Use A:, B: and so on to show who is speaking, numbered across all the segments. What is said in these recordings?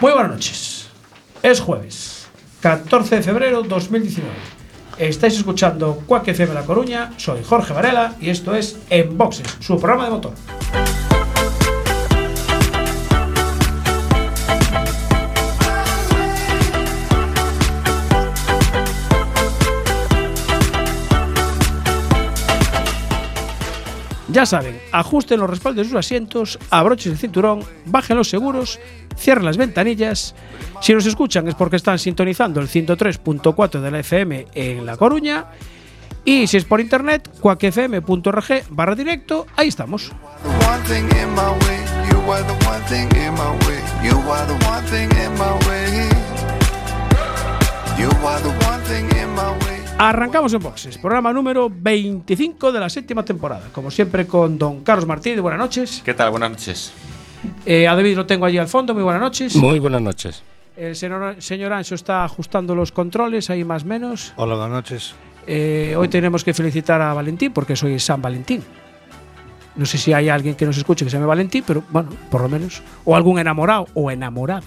A: Muy buenas noches. Es jueves, 14 de febrero 2019. Estáis escuchando Cuac FM La Coruña, soy Jorge Varela y esto es En Boxes, su programa de motor. Ya saben, ajusten los respaldos de sus asientos, abrochen el cinturón, bajen los seguros, cierren las ventanillas. Si nos escuchan es porque están sintonizando el 103.4 de la FM en La Coruña. Y si es por internet, cuacfm.org barra directo, ahí estamos.
B: the one thing in my way. You are the one thing in my way. You are the one thing in my way. You are the one thing in my way.
A: Arrancamos en boxes, programa número 25 de la séptima temporada. Como siempre con don Carlos Martínez, buenas noches.
C: ¿Qué tal? Buenas noches.
A: Eh, a David lo tengo allí al fondo, muy buenas noches.
D: Muy buenas noches.
A: El señor, señor Ancho está ajustando los controles, ahí más menos.
E: Hola, buenas noches.
A: Eh, hoy tenemos que felicitar a Valentín porque soy San Valentín. No sé si hay alguien que nos escuche que se llame Valentín, pero bueno, por lo menos. O algún enamorado o enamorada.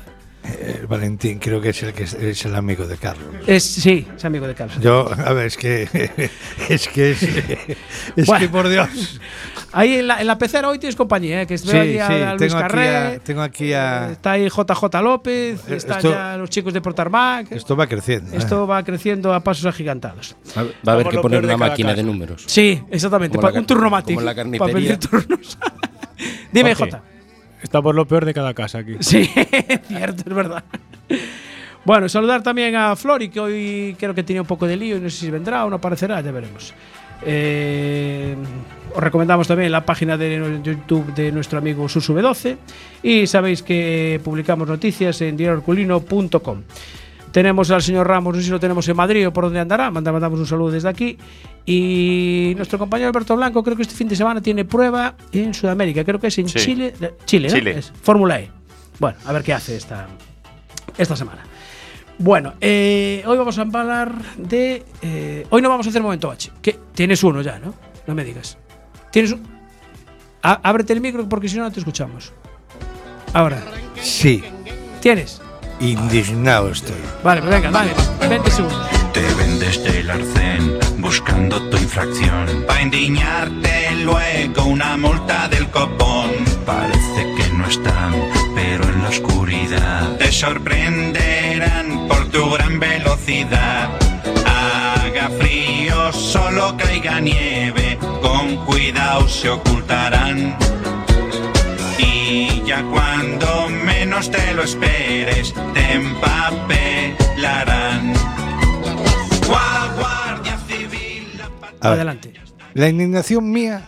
E: Eh, Valentín, creo que es el que es, es el amigo de Carlos.
A: Es, sí, es amigo de Carlos.
E: Yo, a ver, es que es que es, es que
A: Bueno.
E: por Dios.
A: Ahí en la, en la pecera hoy tienes compañía, ¿eh? que estoy aquí a, a Luis
E: tengo aquí
A: Carré,
E: a, tengo aquí a-
A: eh, está ahí JJ López,
E: Eh,
A: están
E: esto-
A: ya los chicos de Portarmac. Esto,
E: esto va creciendo. ¿eh?
A: va creciendo a pasos agigantados.
D: Ah. Va a haber
F: Somos
D: que
F: lo
D: poner
F: peor de
D: una
F: cada
D: máquina
F: casa.
D: de números.
A: Sí, exactamente.
D: Como la
A: pa- un
D: car-
A: turno mati.
D: como la
A: Para pedir
D: carnicería.
A: turnos. Dime,
F: Jorge.
A: Jota.
F: Estamos lo peor de cada casa aquí.
A: Sí, cierto, es verdad. Bueno, saludar también a Flori, que hoy creo que tenía un poco de lío y no sé si vendrá o no aparecerá, ya veremos. Eh, os recomendamos también la página de YouTube de nuestro amigo SusuB12 y sabéis que publicamos noticias en diarioherculino.com. Tenemos al señor Ramos, no sé si lo tenemos en Madrid o por donde andará, manda- mandamos un saludo desde aquí. Y nuestro compañero Alberto Blanco creo que este fin de semana tiene prueba en Sudamérica, creo que es en
C: Sí.
A: Chile, Chile, ¿no?
C: Chile.
A: Es Fórmula E. Bueno, a ver qué hace esta, esta semana. Bueno, eh, hoy vamos a hablar de. eh, hoy no vamos a hacer momento H. Que tienes uno ya, ¿no? No me digas. Tienes un. Á- ábrete el micro porque si no, no te escuchamos. Ahora,
E: Sí,
A: ¿tienes?
E: indignado estoy.
A: Vale, pues venga, vale. 20 segundos.
G: Te vendes del este arcén buscando tu infracción. Pa' indignarte luego una multa del copón. Parece que no están, pero en la oscuridad te sorprenderán por tu gran velocidad. Haga frío, solo caiga nieve. Con cuidado se ocultarán. Y ya cuando menos te lo esperes, te empapelarán. Guau, Guardia Civil, la
E: A ver,
A: Adelante.
E: La indignación mía.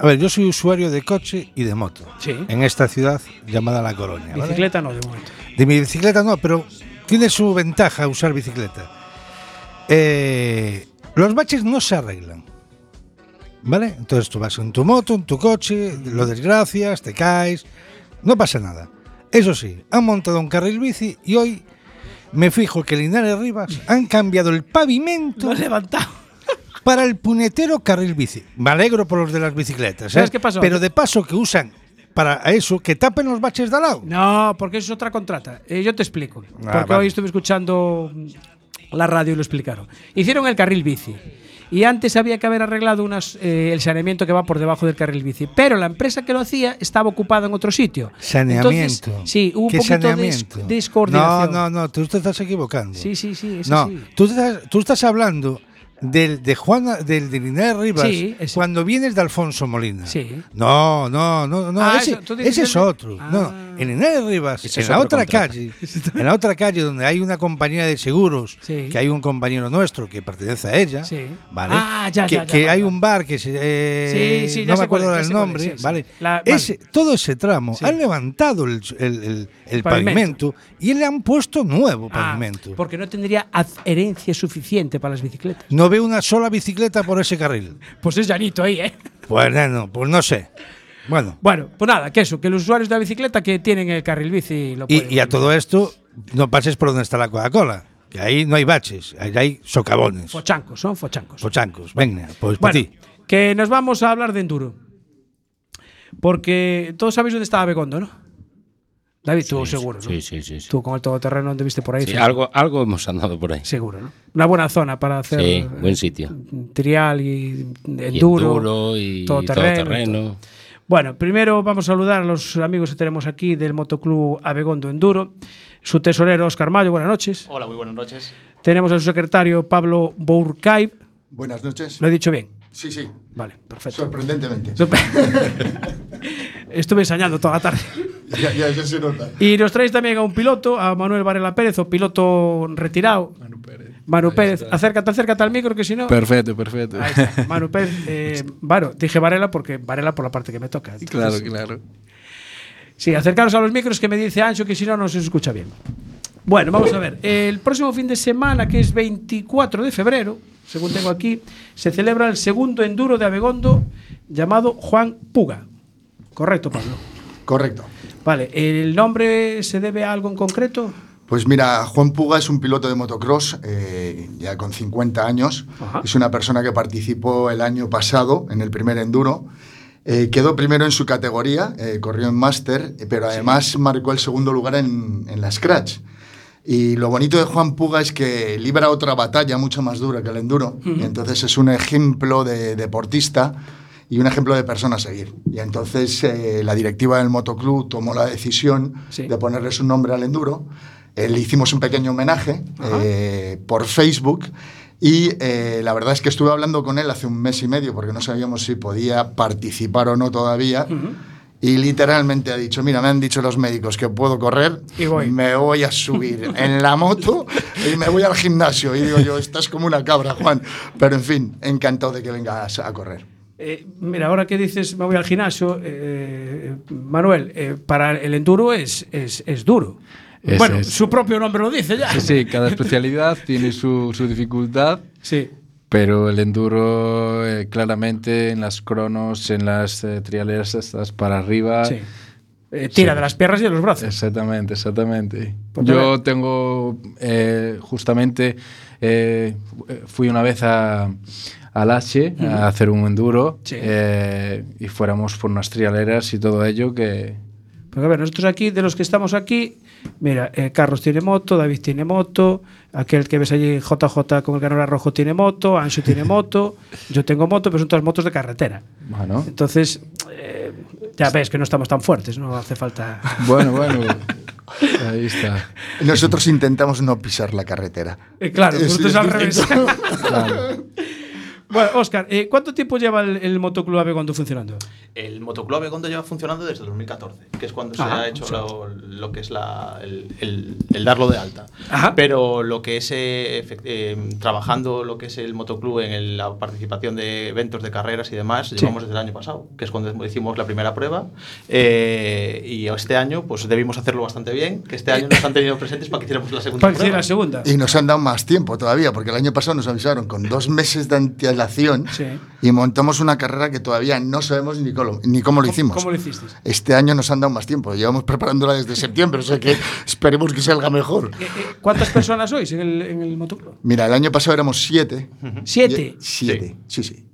E: A ver, yo soy usuario de coche y de moto.
A: Sí.
E: En esta ciudad llamada La Colonia. ¿vale?
A: Bicicleta no, de momento.
E: De mi bicicleta no, pero tiene su ventaja usar bicicleta. Eh, los baches no se arreglan. ¿Vale? Entonces tú vas en tu moto, en tu coche, lo desgracias, te caes, no pasa nada. Eso sí, han montado un carril bici y hoy me fijo que en Linares Rivas han cambiado el pavimento
A: Lo has levantado.
E: para el punetero carril bici. Me alegro por los de las bicicletas. ¿eh?
A: ¿Sabes qué pasó?
E: Pero de paso que usan para eso, que tapen los baches de al lado.
A: No, porque eso es otra contrata. Eh, yo te explico.
E: Ah,
A: porque
E: vale.
A: hoy estuve escuchando mm, la radio y lo explicaron. Hicieron el carril bici. Y antes había que haber arreglado unas, eh, el saneamiento que va por debajo del carril bici. Pero la empresa que lo hacía estaba ocupada en otro sitio.
E: Saneamiento.
A: Entonces, sí, hubo un
E: ¿Qué
A: poquito de dis-
E: saneamiento?
A: descoordinación.
E: No, no, no, tú te estás equivocando.
A: Sí, sí, sí, eso
E: no,
A: sí.
E: tú, estás, tú estás hablando del de Juana del de Linares Rivas
A: Sí, ese.
E: cuando vienes de Alfonso Molina.
A: Sí.
E: No, no, no, no,
A: Ah,
E: ese,
A: eso, tú dices
E: ese es
A: el-
E: otro.
A: Ah.
E: No, en Linares Rivas,
C: Ese es
E: en la
C: otro
E: otra
C: contrato.
E: calle, en la otra calle donde hay una compañía de seguros,
A: Sí.
E: que hay un compañero nuestro que pertenece a ella,
A: Sí.
E: ¿vale?
A: Ah, ya,
E: que,
A: ya, ya,
E: que
A: ya,
E: hay
A: ya.
E: un bar que se, eh,
A: Sí, sí, ya
E: no
A: sé
E: me
A: cuál
E: acuerdo
A: es, ya
E: del
A: sé cuál es,
E: nombre,
A: sí, sí.
E: ¿vale?
A: La-
E: Ese, todo ese tramo
A: Sí.
E: han levantado el, el- el- el
A: pavimento.
E: pavimento. y le han puesto nuevo
A: Ah,
E: pavimento.
A: porque no tendría adherencia suficiente para las bicicletas.
E: No veo una sola bicicleta por ese carril.
A: Pues es llanito ahí, ¿eh?
E: Pues no, pues no sé. Bueno,
A: Bueno, pues nada, que eso, que los usuarios de la bicicleta que tienen el carril bici lo
E: y,
A: pueden
E: y a
A: utilizar.
E: todo esto, no pases por donde está la Coca-Cola, que ahí no hay baches, ahí hay socavones,
A: Fochancos, son fochancos.
E: pochancos. Venga, pues para
A: Pues, Bueno,
E: ti.
A: que nos vamos a hablar de enduro. Porque todos sabéis dónde estaba Begondo, ¿no? David, tú seguro, ¿no?
C: Sí, sí, sí. sí.
A: Tú con el todoterreno donde viste por ahí.
C: Sí,
A: seguro.
C: algo, algo hemos andado por ahí. Sí,
A: Seguro, ¿no? Una buena zona para hacer eh,
C: buen sitio.
A: trial y
C: Y
A: enduro.
C: y
A: todoterreno y
C: todoterreno.
A: Bueno, primero vamos a saludar a los amigos que tenemos aquí del Motoclub Abegondo Enduro. Su tesorero Oscar Mayo, buenas noches.
D: Hola, muy buenas noches.
A: Tenemos a su secretario Pablo Bourcaib.
H: Buenas noches.
A: Lo he dicho bien.
H: Sí, sí,
A: Vale, perfecto.
H: sorprendentemente.
A: Estuve ensañando toda la tarde.
H: Ya, ya, ya se nota.
A: Y nos traéis también a un piloto, a Manuel Varela Pérez, o piloto retirado. Manu Pérez. acércate, acércate al micro que si no.
I: Perfecto, perfecto.
A: Ahí está. Manu Pérez, eh, Varo, dije Varela porque Varela por la parte que me toca.
I: Claro, claro.
A: Sí, acercaros a los micros que me dice Ancho que si no no se os escucha bien. Bueno, vamos a ver. El próximo fin de semana, que es 24 de febrero, según tengo aquí, se celebra el segundo enduro de Abegondo llamado Juan Puga. Correcto, Pablo.
H: Correcto.
A: Vale, ¿el nombre se debe a algo en concreto?
H: Pues mira, Juan Puga es un piloto de motocross, eh, ya con 50 años.
A: Ajá.
H: Es una persona que participó el año pasado en el primer enduro. Eh, quedó primero en su categoría, eh, corrió en máster, eh, pero además marcó el segundo lugar en, en la Scratch. Y lo bonito de Juan Puga es que libra otra batalla mucho más dura que el enduro. Y entonces es un ejemplo de deportista y un ejemplo de persona a seguir. Y entonces eh, la directiva del motoclub tomó la decisión
A: Sí.
H: de ponerle su nombre al enduro. Eh, le hicimos un pequeño homenaje
A: Ajá.
H: eh, por Facebook. Y eh, la verdad es que estuve hablando con él hace un mes y medio porque no sabíamos si podía participar o no todavía. Y literalmente ha dicho, mira, me han dicho los médicos que puedo correr,
A: Y voy.
H: me voy a subir en la moto y me voy al gimnasio. Y digo yo, estás como una cabra, Juan. Pero en fin, encantado de que vengas a correr.
A: Eh, mira, ahora que dices me voy al gimnasio, eh, Manuel, eh, para el enduro es, es, es duro.
I: Es-
A: bueno,
I: es-
A: su propio nombre lo dice ya.
I: Sí, cada especialidad tiene su, su dificultad,
A: Sí.
I: pero el enduro eh, claramente en las cronos, en las eh, trialeras estas para arriba.
A: Sí. Eh, tira
I: Sí.
A: de las piernas y de los brazos.
I: Exactamente, exactamente.
A: Pues
I: Yo
A: dale.
I: tengo, eh, justamente, eh, fui una vez a, a Lache a hacer un enduro
A: Sí.
I: eh, y fuéramos por unas trialeras y todo ello que...
A: Porque, a ver, nosotros aquí, de los que estamos aquí, mira, eh, Carlos tiene moto, David tiene moto, aquel que ves allí, JJ con el ganador rojo tiene moto, Ancho tiene moto, yo tengo moto, pero son todas motos de carretera.
I: Bueno,
A: Entonces, eh, ya ves que no estamos tan fuertes, no hace falta.
I: bueno, bueno. Ahí está.
H: Nosotros intentamos no pisar la carretera.
A: Eh, claro,
H: Sí,
A: nosotros al revés.
H: distinto.
I: Claro.
A: bueno, Oscar, eh, ¿cuánto tiempo lleva el, el motoclub Abegondo funcionando?
D: El motoclub Abegondo lleva funcionando desde 2014, que es cuando se
A: Ajá,
D: ha hecho
A: sí.
D: lo, lo que es la, el, el- el darlo de alta.
A: Ajá.
D: Pero lo que es eh, efect- eh, trabajando lo que es el motoclub en el- la participación de eventos de carreras y demás, llevamos desde el año pasado, que es cuando hicimos la primera prueba. eh, y este año, pues debimos hacerlo bastante bien, que este año nos han tenido presentes para que hiciéramos la segunda
A: Para que
D: prueba.
A: sea la segunda.
H: Y nos han dado más tiempo todavía, porque el año pasado nos avisaron con dos meses de antelación
A: Sí.
H: y montamos una carrera que todavía no sabemos ni cómo, ni cómo lo hicimos.
A: ¿Cómo lo hicisteis?
H: Este año nos han dado más tiempo, llevamos preparándola desde septiembre, o sea que esperemos que salga mejor.
A: Eh, eh, ¿Cuántas personas sois en el, en el motoclub?
H: Mira, el año pasado éramos siete.
A: Siete.
H: Y- Siete, sí, sí.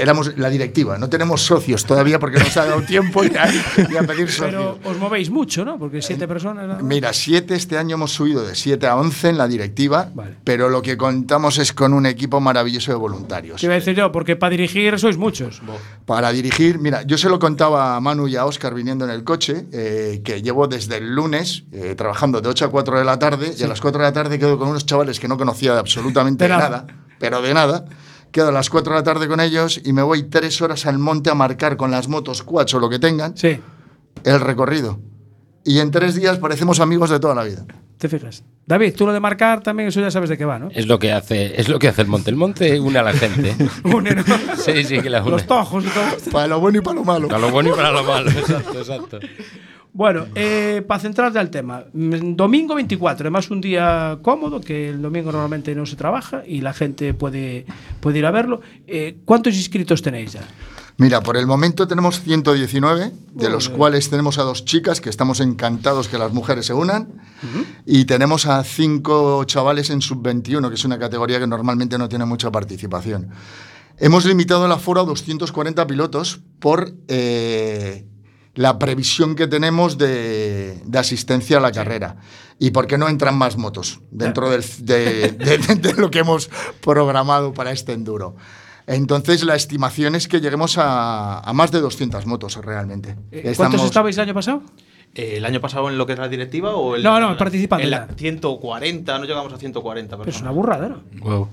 H: Éramos la directiva, no tenemos socios todavía porque no nos ha dado tiempo ni a, ni a pedir socios.
A: Pero os movéis mucho, ¿no? Porque siete personas. nada más.
H: Mira, siete este año hemos subido de 7 a 11 en la directiva,
A: Vale.
H: pero lo que contamos es con un equipo maravilloso de voluntarios.
A: Te iba a decir yo, porque para dirigir sois muchos.
H: Para dirigir, mira, yo se lo contaba a Manu y a Oscar viniendo en el coche, eh, que llevo desde el lunes eh, trabajando de 8 a 4 de la tarde y a las 4 de la tarde quedo con unos chavales que no conocía de absolutamente
A: De nada.
H: nada. pero de nada. Quedo a las 4 de la tarde con ellos y me voy tres horas al monte a marcar con las motos, cuatro o lo que tengan, el recorrido. Y en tres días parecemos amigos de toda la vida.
A: ¿Te fijas? David, tú lo de marcar también, eso ya sabes de qué va, ¿no?
C: Es lo que hace, es lo que hace el monte. El monte une a la gente.
A: Une, ¿no?
C: Sí, sí, que la une.
A: Los tojos y todo.
H: Para lo bueno y para lo malo.
C: Para lo bueno y para lo malo. Exacto, exacto.
A: Bueno, para centrarte al tema, mm, domingo 24, además un día cómodo, que el domingo normalmente no se trabaja y la gente puede, puede ir a verlo. Eh, ¿Cuántos inscritos tenéis ya?
H: Mira, por el momento tenemos 119, de los cuales tenemos a dos chicas, que estamos encantados que las mujeres se unan, y tenemos a cinco chavales en sub-21, que es una categoría que normalmente no tiene mucha participación. Hemos limitado el aforo a 240 pilotos por eh, la previsión que tenemos de, de asistencia a la carrera y porque no entran más motos dentro del- de, de- de lo que hemos programado para este enduro. Entonces la estimación es que lleguemos a, a más de 200 motos realmente.
A: Eh, ¿Cuántos estabais el año pasado?
D: Eh, ¿El año pasado en lo que es la directiva o el.?
A: No, no,
D: el
A: participante,
D: En la 140, no llegamos a 140
A: Pero es
D: personas.
A: una burrada, ¿no?
I: Wow.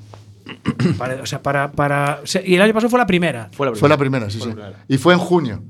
A: Para- o sea, para, para, o sea, y el año pasado fue la primera.
D: Fue la primera.
H: Fue la primera, sí,
D: Fue la
H: sí.
D: primera.
H: Y fue en junio,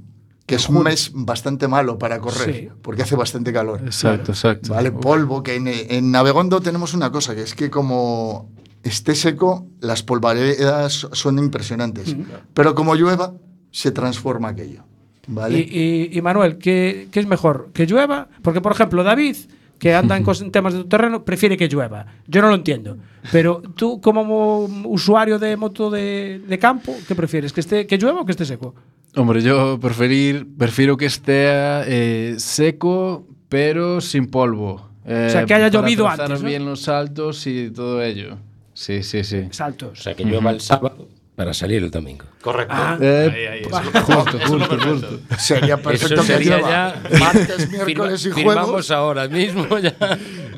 H: que es un mes bastante malo para correr,
A: Sí.
H: porque hace bastante calor.
I: Exacto, exacto.
H: Vale, polvo, que en, en Navegondo tenemos una cosa, que es que como esté seco, las polvaredas son impresionantes. Pero como llueva, se transforma aquello. ¿Vale?
A: Y, y- y, Manuel, ¿qué, qué es mejor? ¿Que llueva? Porque, por ejemplo, David, que anda en, cos- en temas de terreno, prefiere que llueva. Yo no lo entiendo. Pero tú, como mo- usuario de moto de, de campo, ¿qué prefieres? ¿Que, esté, ¿Que llueva o que esté seco?
I: Hombre, yo preferir, prefiero que esté eh, seco, pero sin polvo. Eh,
A: sea, que haya
I: para
A: llovido
I: trazar
A: antes, ¿no?
I: bien los saltos y todo ello. Sí, sí, sí.
C: O
A: Saltos.
C: sea, que llueva el sábado para salir el domingo.
D: Correcto.
A: Ah,
I: Eh,
D: Ahí, ahí, eso es lo
I: justo,
D: eso es lo
I: justo,
D: perfecto.
I: justo.
H: Sería perfecto
C: Eso
H: que
C: sería
H: llueva.
C: ya.
H: Martes,
C: Firma-
H: miércoles y
C: firmamos
H: jueves,
C: ahora mismo ya.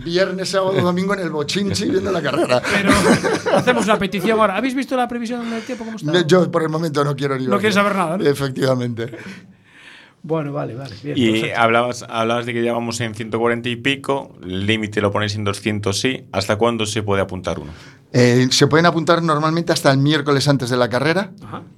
H: viernes, sábado, domingo en el bochinchi viendo la carrera.
A: Pero hacemos una petición ahora. ¿Habéis visto la previsión del tiempo? ¿Cómo está?
H: No, Yo por el momento no quiero ni
A: No
H: verlo.
A: quieres saber nada, ¿no?
H: Efectivamente.
A: Bueno, vale, vale. bien,
J: Y
A: perfecto.
J: hablabas, hablabas de que ya vamos en 140 y pico, límite lo ponéis en 200 sí. ¿Hasta cuándo se puede apuntar uno?
H: Eh, se pueden apuntar normalmente hasta el miércoles antes de la carrera,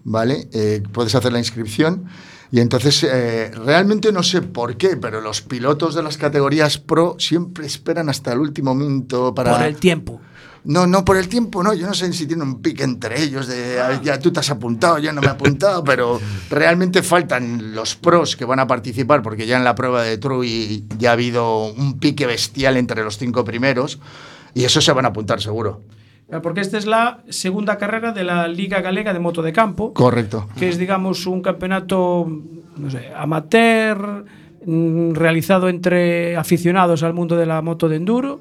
H: ¿vale? Eh, puedes hacer la inscripción. Y entonces, eh, realmente no sé por qué, pero los pilotos de las categorías pro siempre esperan hasta el último minuto para...
A: Por el tiempo.
H: No, no, por el tiempo no. Yo no sé si tiene un pique entre ellos de "Ah, ya tú te has apuntado, yo no me he apuntado, pero realmente faltan los pros que van a participar porque ya en la prueba de Truy ya ha habido un pique bestial entre los cinco primeros y eso se van a apuntar seguro.
A: Porque esta es la segunda carrera de la Liga Galega de Moto de Campo.
H: Correcto.
A: que es, digamos, un campeonato no sé, amateur mm, realizado entre aficionados al mundo de la moto de enduro.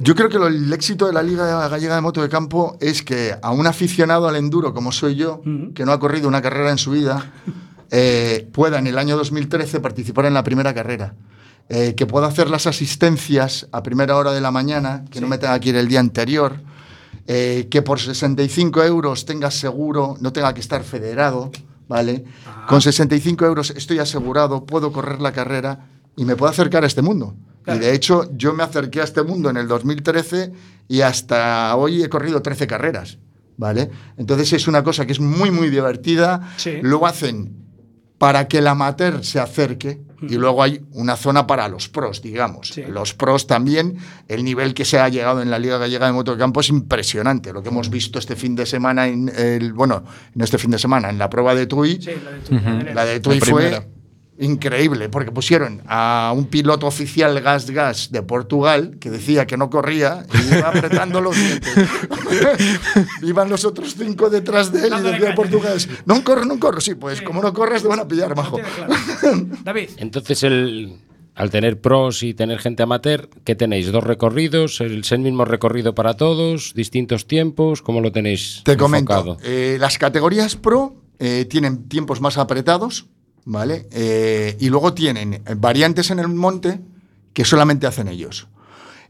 H: Yo creo que lo- el éxito de la Liga Gallega de Moto de Campo es que a un aficionado al enduro como soy yo, que no ha corrido una carrera en su vida, eh, pueda en el año 2013 participar en la primera carrera. Eh, que pueda hacer las asistencias a primera hora de la mañana, que no me tenga que ir el día anterior. eh, que por 65 euros tenga seguro, no tenga que estar federado, ¿vale? Con 65 euros estoy asegurado, puedo correr la carrera y me puedo acercar a este mundo.
A: Claro.
H: Y de hecho, yo me acerqué a este mundo en el 2013 y hasta hoy he corrido 13 carreras, ¿vale? Entonces es una cosa que es muy, muy divertida.
A: Sí.
H: Luego hacen para que el amateur se acerque y luego hay una zona para los pros, digamos.
A: Mm. Sí.
H: Los pros también, el nivel que se ha llegado en la Liga Gallega de Motocampo es impresionante. Lo que
A: Mm.
H: hemos visto este fin de semana, en el, bueno, no este fin de semana, en la prueba de Tui,
A: la de tu- la de
H: la de Tui
I: La
H: fue
I: primera.
H: increíble, porque pusieron a un piloto oficial Gas Gas de Portugal que decía que no corría y iba apretando los dientes. Iban los otros cinco detrás de él y
A: Dándole
H: decía
A: caña.
H: portugués, no corro, no corro. Sí, pues
A: Sí.
H: como no corres te van a pillar,
A: Lo
H: majo.
A: tiene claro. David,
C: Entonces, el, al tener pros y tener gente amateur, ¿qué tenéis? ¿Dos recorridos? ¿El, es el mismo recorrido para todos? ¿Distintos tiempos? ¿Cómo lo tenéis
H: Te comento,
C: enfocado?
H: eh, las categorías pro eh, tienen tiempos más apretados, ¿vale? Eh, y luego tienen variantes en el monte que solamente hacen ellos.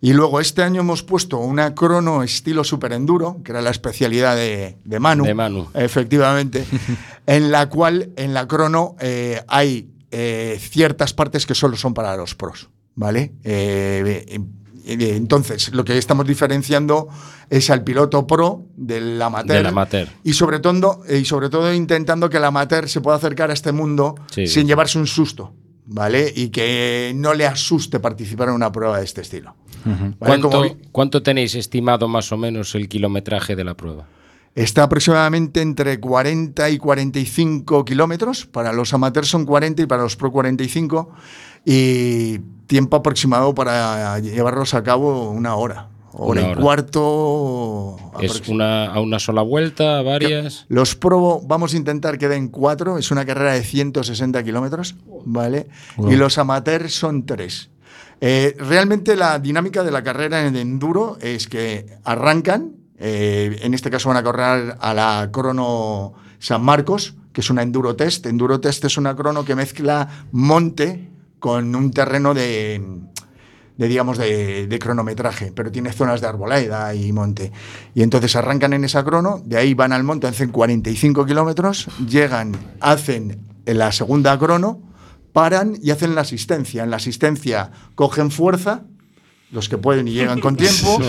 H: Y luego este año hemos puesto una crono estilo super enduro, que era la especialidad de, de Manu.
C: De Manu.
H: Efectivamente. en la cual, en la crono, eh, hay eh, ciertas partes que solo son para los pros, ¿vale? Eh, eh, Eh, Entonces, lo que estamos diferenciando es al piloto pro del amateur.
C: Del amateur.
H: Y sobre todo, eh, y sobre todo intentando que el amateur se pueda acercar a este mundo
C: Sí.
H: sin llevarse un susto, ¿vale? Y que no le asuste participar en una prueba de este estilo. Vale, como
C: ¿Cuánto,
H: vi-
C: cuánto tenéis estimado más o menos el kilometraje de la prueba?
H: Está aproximadamente entre 40 y 45 kilómetros. Para los amateurs son 40 y para los pro 45. Y tiempo aproximado para llevarlos a cabo una hora. Hora,
C: Una
H: y
C: hora.
H: cuarto.
C: ¿Es
H: aproxi-
C: una, a una sola vuelta, a varias?
H: Los pro vamos a intentar que den cuatro. Es una carrera de 160 kilómetros. ¿Vale?
C: Wow.
H: Y los amateurs son tres. Eh, realmente la dinámica de la carrera en enduro es que arrancan, eh, en este caso van a correr a la Crono San Marcos, que es una enduro test. Enduro test es una crono que mezcla monte con un terreno de, de, digamos, de, de cronometraje, pero tiene zonas de arboleda y monte. Y entonces arrancan en esa crono, de ahí van al monte, hacen 45 kilómetros, llegan, hacen la segunda crono, paran y hacen la asistencia. En la asistencia cogen fuerza, los que pueden y llegan con tiempo,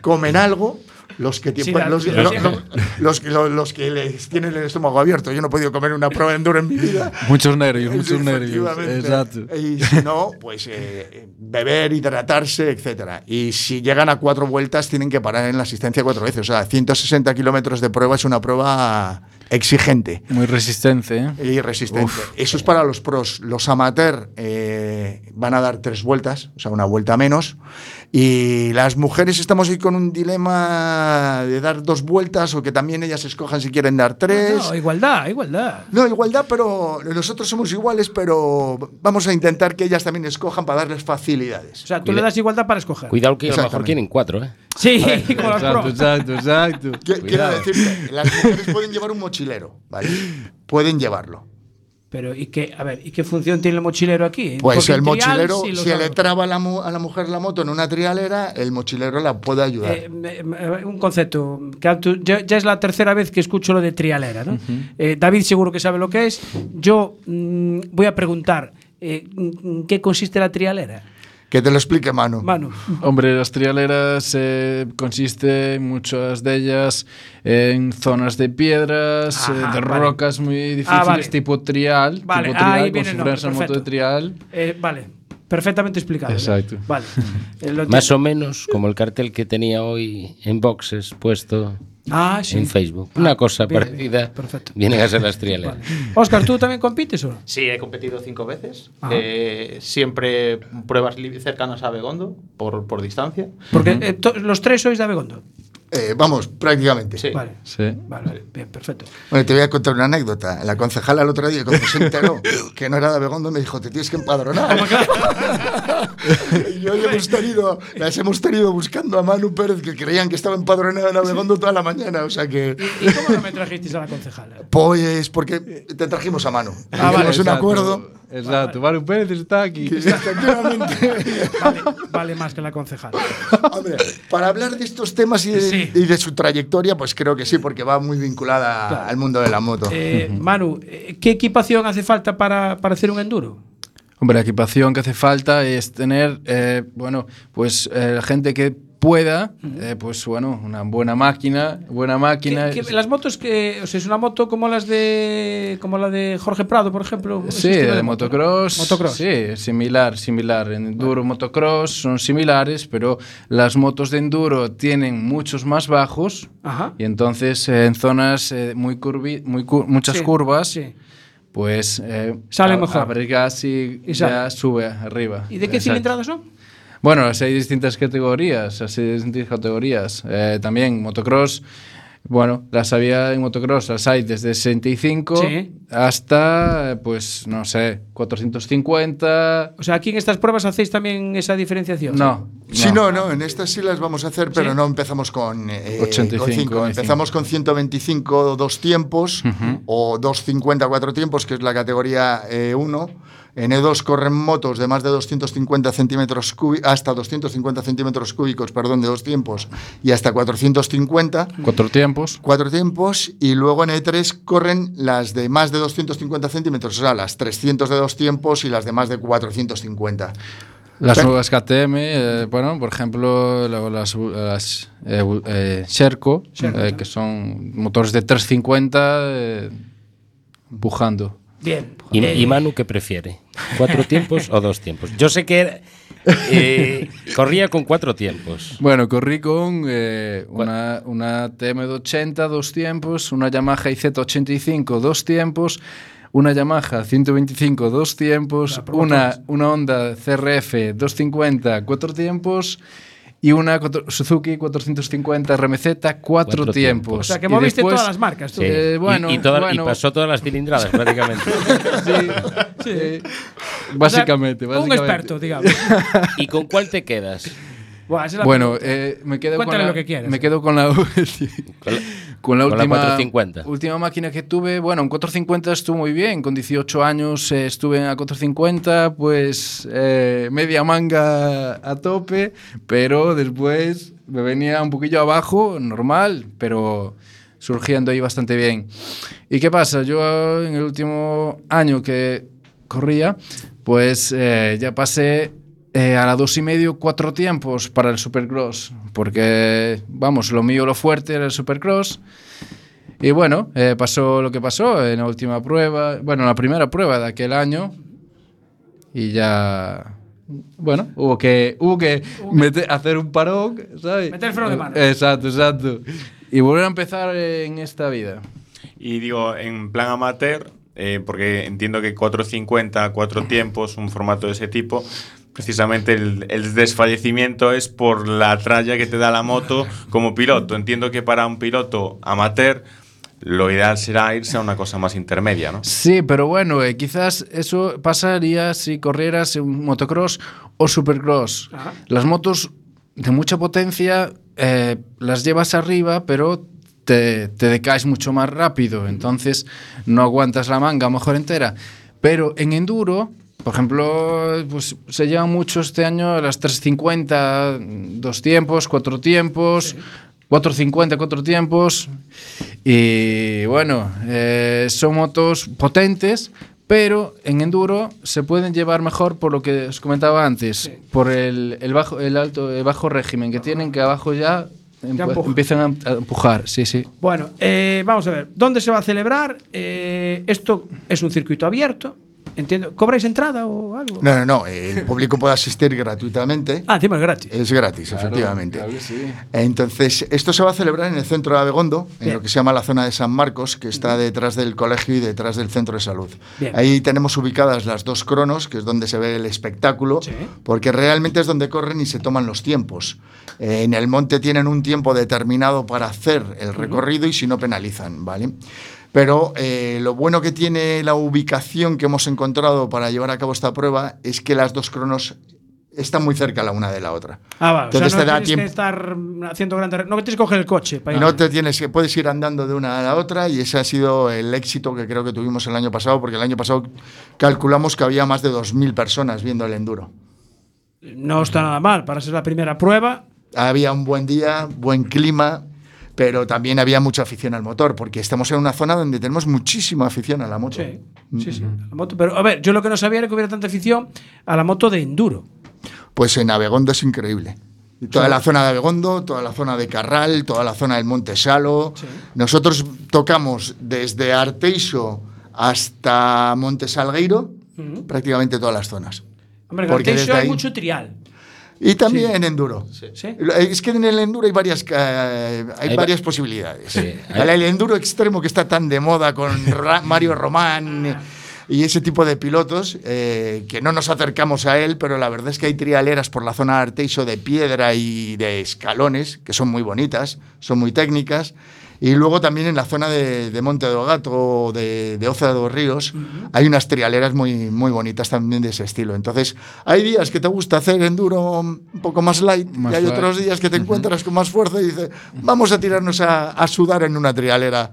H: comen algo. Los que, tie-
A: Sí, la-
H: los,
A: sí,
H: lo-
A: sí.
H: lo- los que- lo- los que les tienen el estómago abierto. Yo no he podido comer una prueba de enduro en mi vida.
I: Muchos nervios, muchos nervios.
H: Efectivamente.
I: Exacto.
H: Y si no, pues eh, beber, hidratarse, etcétera. Y si llegan a cuatro vueltas, tienen que parar en la asistencia cuatro veces. O sea, 160 kilómetros de prueba es una prueba exigente
I: Muy resistente, ¿eh?
H: y resistente.
I: Uf.
H: Eso es para los pros. Los amateurs van a dar tres vueltas, o sea, una vuelta menos. Y las mujeres estamos ahí con un dilema de dar dos vueltas o que también ellas escojan si quieren dar tres.
A: No, igualdad, igualdad.
H: No, igualdad, pero nosotros somos iguales, pero vamos a intentar que ellas también escojan para darles facilidades.
A: O sea, tú le das igualdad para escoger.
C: Cuidado que a lo mejor
H: Exactamente.
C: quieren cuatro, ¿eh?
A: Sí, como las
I: Exacto,
A: pro.
I: exacto, exacto.
H: Qui- Quiero
I: Cuidado.
H: decir, las mujeres pueden llevar un mochilero, ¿vale? Pueden llevarlo.
A: Pero, ¿y qué, a ver, ¿y qué función tiene el mochilero aquí?
H: Pues
A: Porque
H: el
A: trial
H: mochilero,
A: sí lo
H: si le
A: sabe.
H: traba a la, mu- a la mujer la moto en una trialera, el mochilero la puede ayudar.
A: Eh, me- me- un concepto. que antu- ya, ya es la tercera vez que escucho lo de trialera. ¿no? Eh, David seguro que sabe lo que es. Yo mm, voy a preguntar, eh, mm, ¿qué consiste la trialera?
H: que te lo explique Manu.
A: Manu,
I: Hombre, las trialeras eh, consiste muchas de ellas en zonas de piedras,
A: Ajá,
I: eh, de
A: vale. Ah,
I: rocas muy difíciles,
A: vale.
I: tipo trial,
A: Vale,
I: tipo
A: ahí
I: trial, como
A: viene
I: si
A: el
I: fueras
A: nombre,
I: una moto de
A: perfecto.
I: trial.
A: eh, vale, perfectamente explicado. ¿no?
I: Exacto.
A: Vale. Eh, lo
C: Más
A: entiendo.
C: o menos como el cartel que tenía hoy en boxes puesto
A: Ah, sí.
C: en Facebook. Una cosa
A: bien,
C: parecida.
A: perfecto.
C: Vienen a ser las trialeras.
A: Oscar, ¿tú también compites o no?
D: Sí, he competido cinco veces.
A: Ajá.
D: Eh, siempre pruebas li- cercanas a Begondo, por, por distancia.
A: Porque eh, to- los tres sois de Abegondo.
H: Eh, vamos, prácticamente.
D: Sí.
A: Vale.
I: Sí.
A: Vale, vale, bien, perfecto.
H: Bueno, te voy a contar una anécdota. La concejala el otro día, cuando se enteró que no era de Begondo, me dijo, te tienes que empadronar. y hoy hemos tenido, las hemos tenido buscando a Manu Pérez, que creían que estaba empadronada en Abegondo toda la mañana. O sea que...
A: ¿Y cómo no me trajisteis a la concejala?
H: Pues porque te trajimos a Manu.
A: Ah, vale,
H: Hicimos un
I: exacto,
H: acuerdo.
I: Exacto, Maru Pérez está aquí.
H: que efectivamente-
A: Vale, vale más que la concejala.
H: Hombre, para hablar de estos temas y de,
A: Sí.
H: y de su trayectoria, pues creo que sí, porque va muy vinculada
A: Claro.
H: al mundo de la moto.
A: Eh, Manu, eh, ¿qué equipación hace falta para, para hacer un enduro?
I: Hombre, la equipación que hace falta es tener, eh, bueno, pues eh, gente que pueda, eh, pues bueno, una buena máquina, buena
A: ¿Qué-
I: máquina.
A: qué- las motos que. O sea, es una moto como las de. como la de Jorge Prado, por ejemplo. ese
I: Sí,
A: estilo
I: de
A: moto, ¿no?
I: eh, motocross.
A: Motocross.
I: Sí, similar, similar. Enduro, motocross son similares, pero las motos de enduro tienen muchos más bajos
A: Ajá.
I: y entonces eh, en zonas eh, muy curvi, muy cu- muchas
A: Sí,
I: curvas,
A: sí.
I: pues eh,
A: Sale
I: a-
A: mejor.
I: abre gas y,
A: Y
I: ya
A: sale.
I: sube arriba.
A: ¿Y de qué
I: Exacto.
A: cilindradas son?
I: Bueno, las hay distintas categorías, así distintas categorías. Eh, también motocross, bueno, las había en motocross, las hay desde 65
A: Sí.
I: hasta, eh, pues, no sé, 450.
A: O sea, aquí en estas pruebas hacéis también esa diferenciación.
I: No.
H: Sí, no, no, en estas sí las vamos a hacer, pero
A: Sí.
H: no empezamos con, eh,
I: 85,
H: con cinco. Empezamos con 125 dos tiempos o 250 cuatro tiempos, que es la categoría 1. en E2 corren motos de más de 250 centímetros cúbicos, hasta 250 centímetros cúbicos, perdón, de dos tiempos y hasta 450.
I: Cuatro tiempos.
H: cuatro tiempos y luego en E3 corren las de más de 250 centímetros, o sea, las 300 de dos tiempos y las de más de 450.
I: Las
H: Pero-
I: nuevas KTM, eh, bueno, por ejemplo, la- las, las eh, bu- eh, Sherco,
A: Sherco,
I: eh,
A: ¿no?
I: que son motores de 350 eh, pujando.
A: Bien.
C: Y,
A: Eh,
C: y Manu qué prefiere? ¿Cuatro tiempos o dos tiempos? Yo sé que era- eh, corría con cuatro tiempos.
I: Bueno, corrí con eh, una, una TM80 dos tiempos, una Yamaha IZ85 dos tiempos, una Yamaha 125 dos tiempos, una, una Honda CRF 250 cuatro tiempos y una cuatro- Suzuki 450 RMZ cuatro,
C: Cuatro
I: tiempos.
C: tiempos. O sea,
A: que
I: Y
A: moviste
I: después-
A: todas las marcas, tú.
C: Sí.
I: Eh,
C: Y-
I: bueno,
C: y, toda- y
I: bueno.
C: pasó todas las cilindradas prácticamente.
I: Sí, eh,
A: o
I: básicamente,
A: sea,
I: básicamente.
A: Un experto, digamos.
C: ¿Y con cuál te quedas?
A: Buah, esa es la
I: Bueno,
A: pregunta.
I: eh, me quedo con
A: Cuéntale
I: la,
A: lo que quieras.
I: Me quedo con la,
C: Con la-
I: con la
C: con la
I: última,
C: 450.
I: última máquina que tuve. Bueno, un 450 estuvo muy bien. Con 18 años eh, estuve en la 450, pues eh, media manga a tope, pero después me venía un poquillo abajo, normal, pero surgiendo ahí bastante bien. ¿Y qué pasa? Yo en el último año que corría, pues eh, ya pasé eh, a la dos y medio, cuatro tiempos para el Supercross, porque, vamos, lo mío, lo fuerte era el Supercross. Y bueno, eh, pasó lo que pasó en la última prueba, bueno, la primera prueba de aquel año, y ya... Bueno, hubo que, hubo que meter- hacer un parón, ¿sabes?
A: Meter freno de mano.
I: Exacto, exacto. Y volver a empezar en esta vida.
J: Y digo, en plan amateur, eh, porque entiendo que 450, cuatro tiempos, un formato de ese tipo, precisamente el, el desfallecimiento es por la tralla que te da la moto como piloto. Entiendo que para un piloto amateur, lo ideal será irse a una cosa más intermedia, ¿no?
I: Sí, pero bueno, eh, quizás eso pasaría si corrieras en motocross o supercross.
A: Ajá.
I: Las motos de mucha potencia eh, las llevas arriba, pero te, te decaes mucho más rápido, entonces no aguantas la manga a lo mejor entera. Pero en enduro, por ejemplo, pues se llevan mucho este año las 350, dos tiempos, cuatro tiempos, 450, cuatro tiempos. Y bueno, eh, son motos potentes, pero en enduro se pueden llevar mejor por lo que os comentaba antes, por el, el bajo, el alto, el bajo régimen que tienen, que abajo ya, empu-
A: Ya empuja.
I: empiezan a em- a empujar. Sí, sí.
A: Bueno, eh, vamos a ver. ¿Dónde se va a celebrar? Eh, esto es un circuito abierto. Entiendo. ¿Cobráis entrada o algo?
H: No, no, no. eh, El público puede asistir gratuitamente.
A: Ah, encima es gratis.
H: Es gratis, efectivamente. Entonces, esto se va a celebrar en el centro de Abegondo, en
A: Bien.
H: lo que se llama la zona de San Marcos, que está detrás del colegio y detrás del centro de salud.
A: Bien.
H: Ahí tenemos ubicadas las dos cronos, que es donde se ve el espectáculo,
A: Sí.
H: porque realmente es donde corren y se toman los tiempos. Eh, en el monte tienen un tiempo determinado para hacer el recorrido y si no penalizan, ¿vale? Pero eh, lo bueno que tiene la ubicación que hemos encontrado para llevar a cabo esta prueba es que las dos cronos están muy cerca la una de la otra.
A: Ah, va. O sea, no
H: Entonces te da
A: tienes
H: tiempo-
A: que estar haciendo grandes. re- No que tienes que coger el coche para ir.
H: No te tienes que puedes ir andando de una a la otra y ese ha sido el éxito que creo que tuvimos el año pasado porque el año pasado calculamos que había más de 2000 personas viendo el enduro.
A: No está nada mal para ser la primera prueba.
H: Había un buen día, buen clima, pero también había mucha afición al motor porque estamos en una zona donde tenemos muchísima afición a la moto.
A: Sí,
H: Mm-hmm.
A: sí, sí. La moto. Pero a ver, yo lo que no sabía era que hubiera tanta afición a la moto de enduro.
H: Pues en Abegondo es increíble. Toda la zona de Abegondo, toda la zona de Carral, toda la zona del Monte Salo. Nosotros tocamos desde Arteixo hasta Monte Salgueiro, prácticamente todas las zonas.
A: Hombre, en
H: Mm-hmm. Porque
A: Arteixo
H: desde
A: hay
H: ahí-
A: mucho trial.
H: Y también en enduro.
A: ¿Sí?
H: Es que en el enduro hay varias, eh, hay
C: Hay va-
H: varias posibilidades.
C: Sí, hay-
H: El, el enduro extremo que está tan de moda con Ra- Mario Román y ese tipo de pilotos, eh, que no nos acercamos a él, pero la verdad es que hay trialeras por la zona de Arteixo de piedra y de escalones, que son muy bonitas, son muy técnicas. Y luego también en la zona de, de Monte do Gato o de, de Oza dos Ríos hay unas trialeras muy, muy bonitas también de ese estilo. Entonces, hay días que te gusta hacer enduro un poco más light
I: Más
H: y hay
I: light.
H: otros días que te encuentras con más fuerza y dices, vamos a tirarnos a, a sudar en una trialera.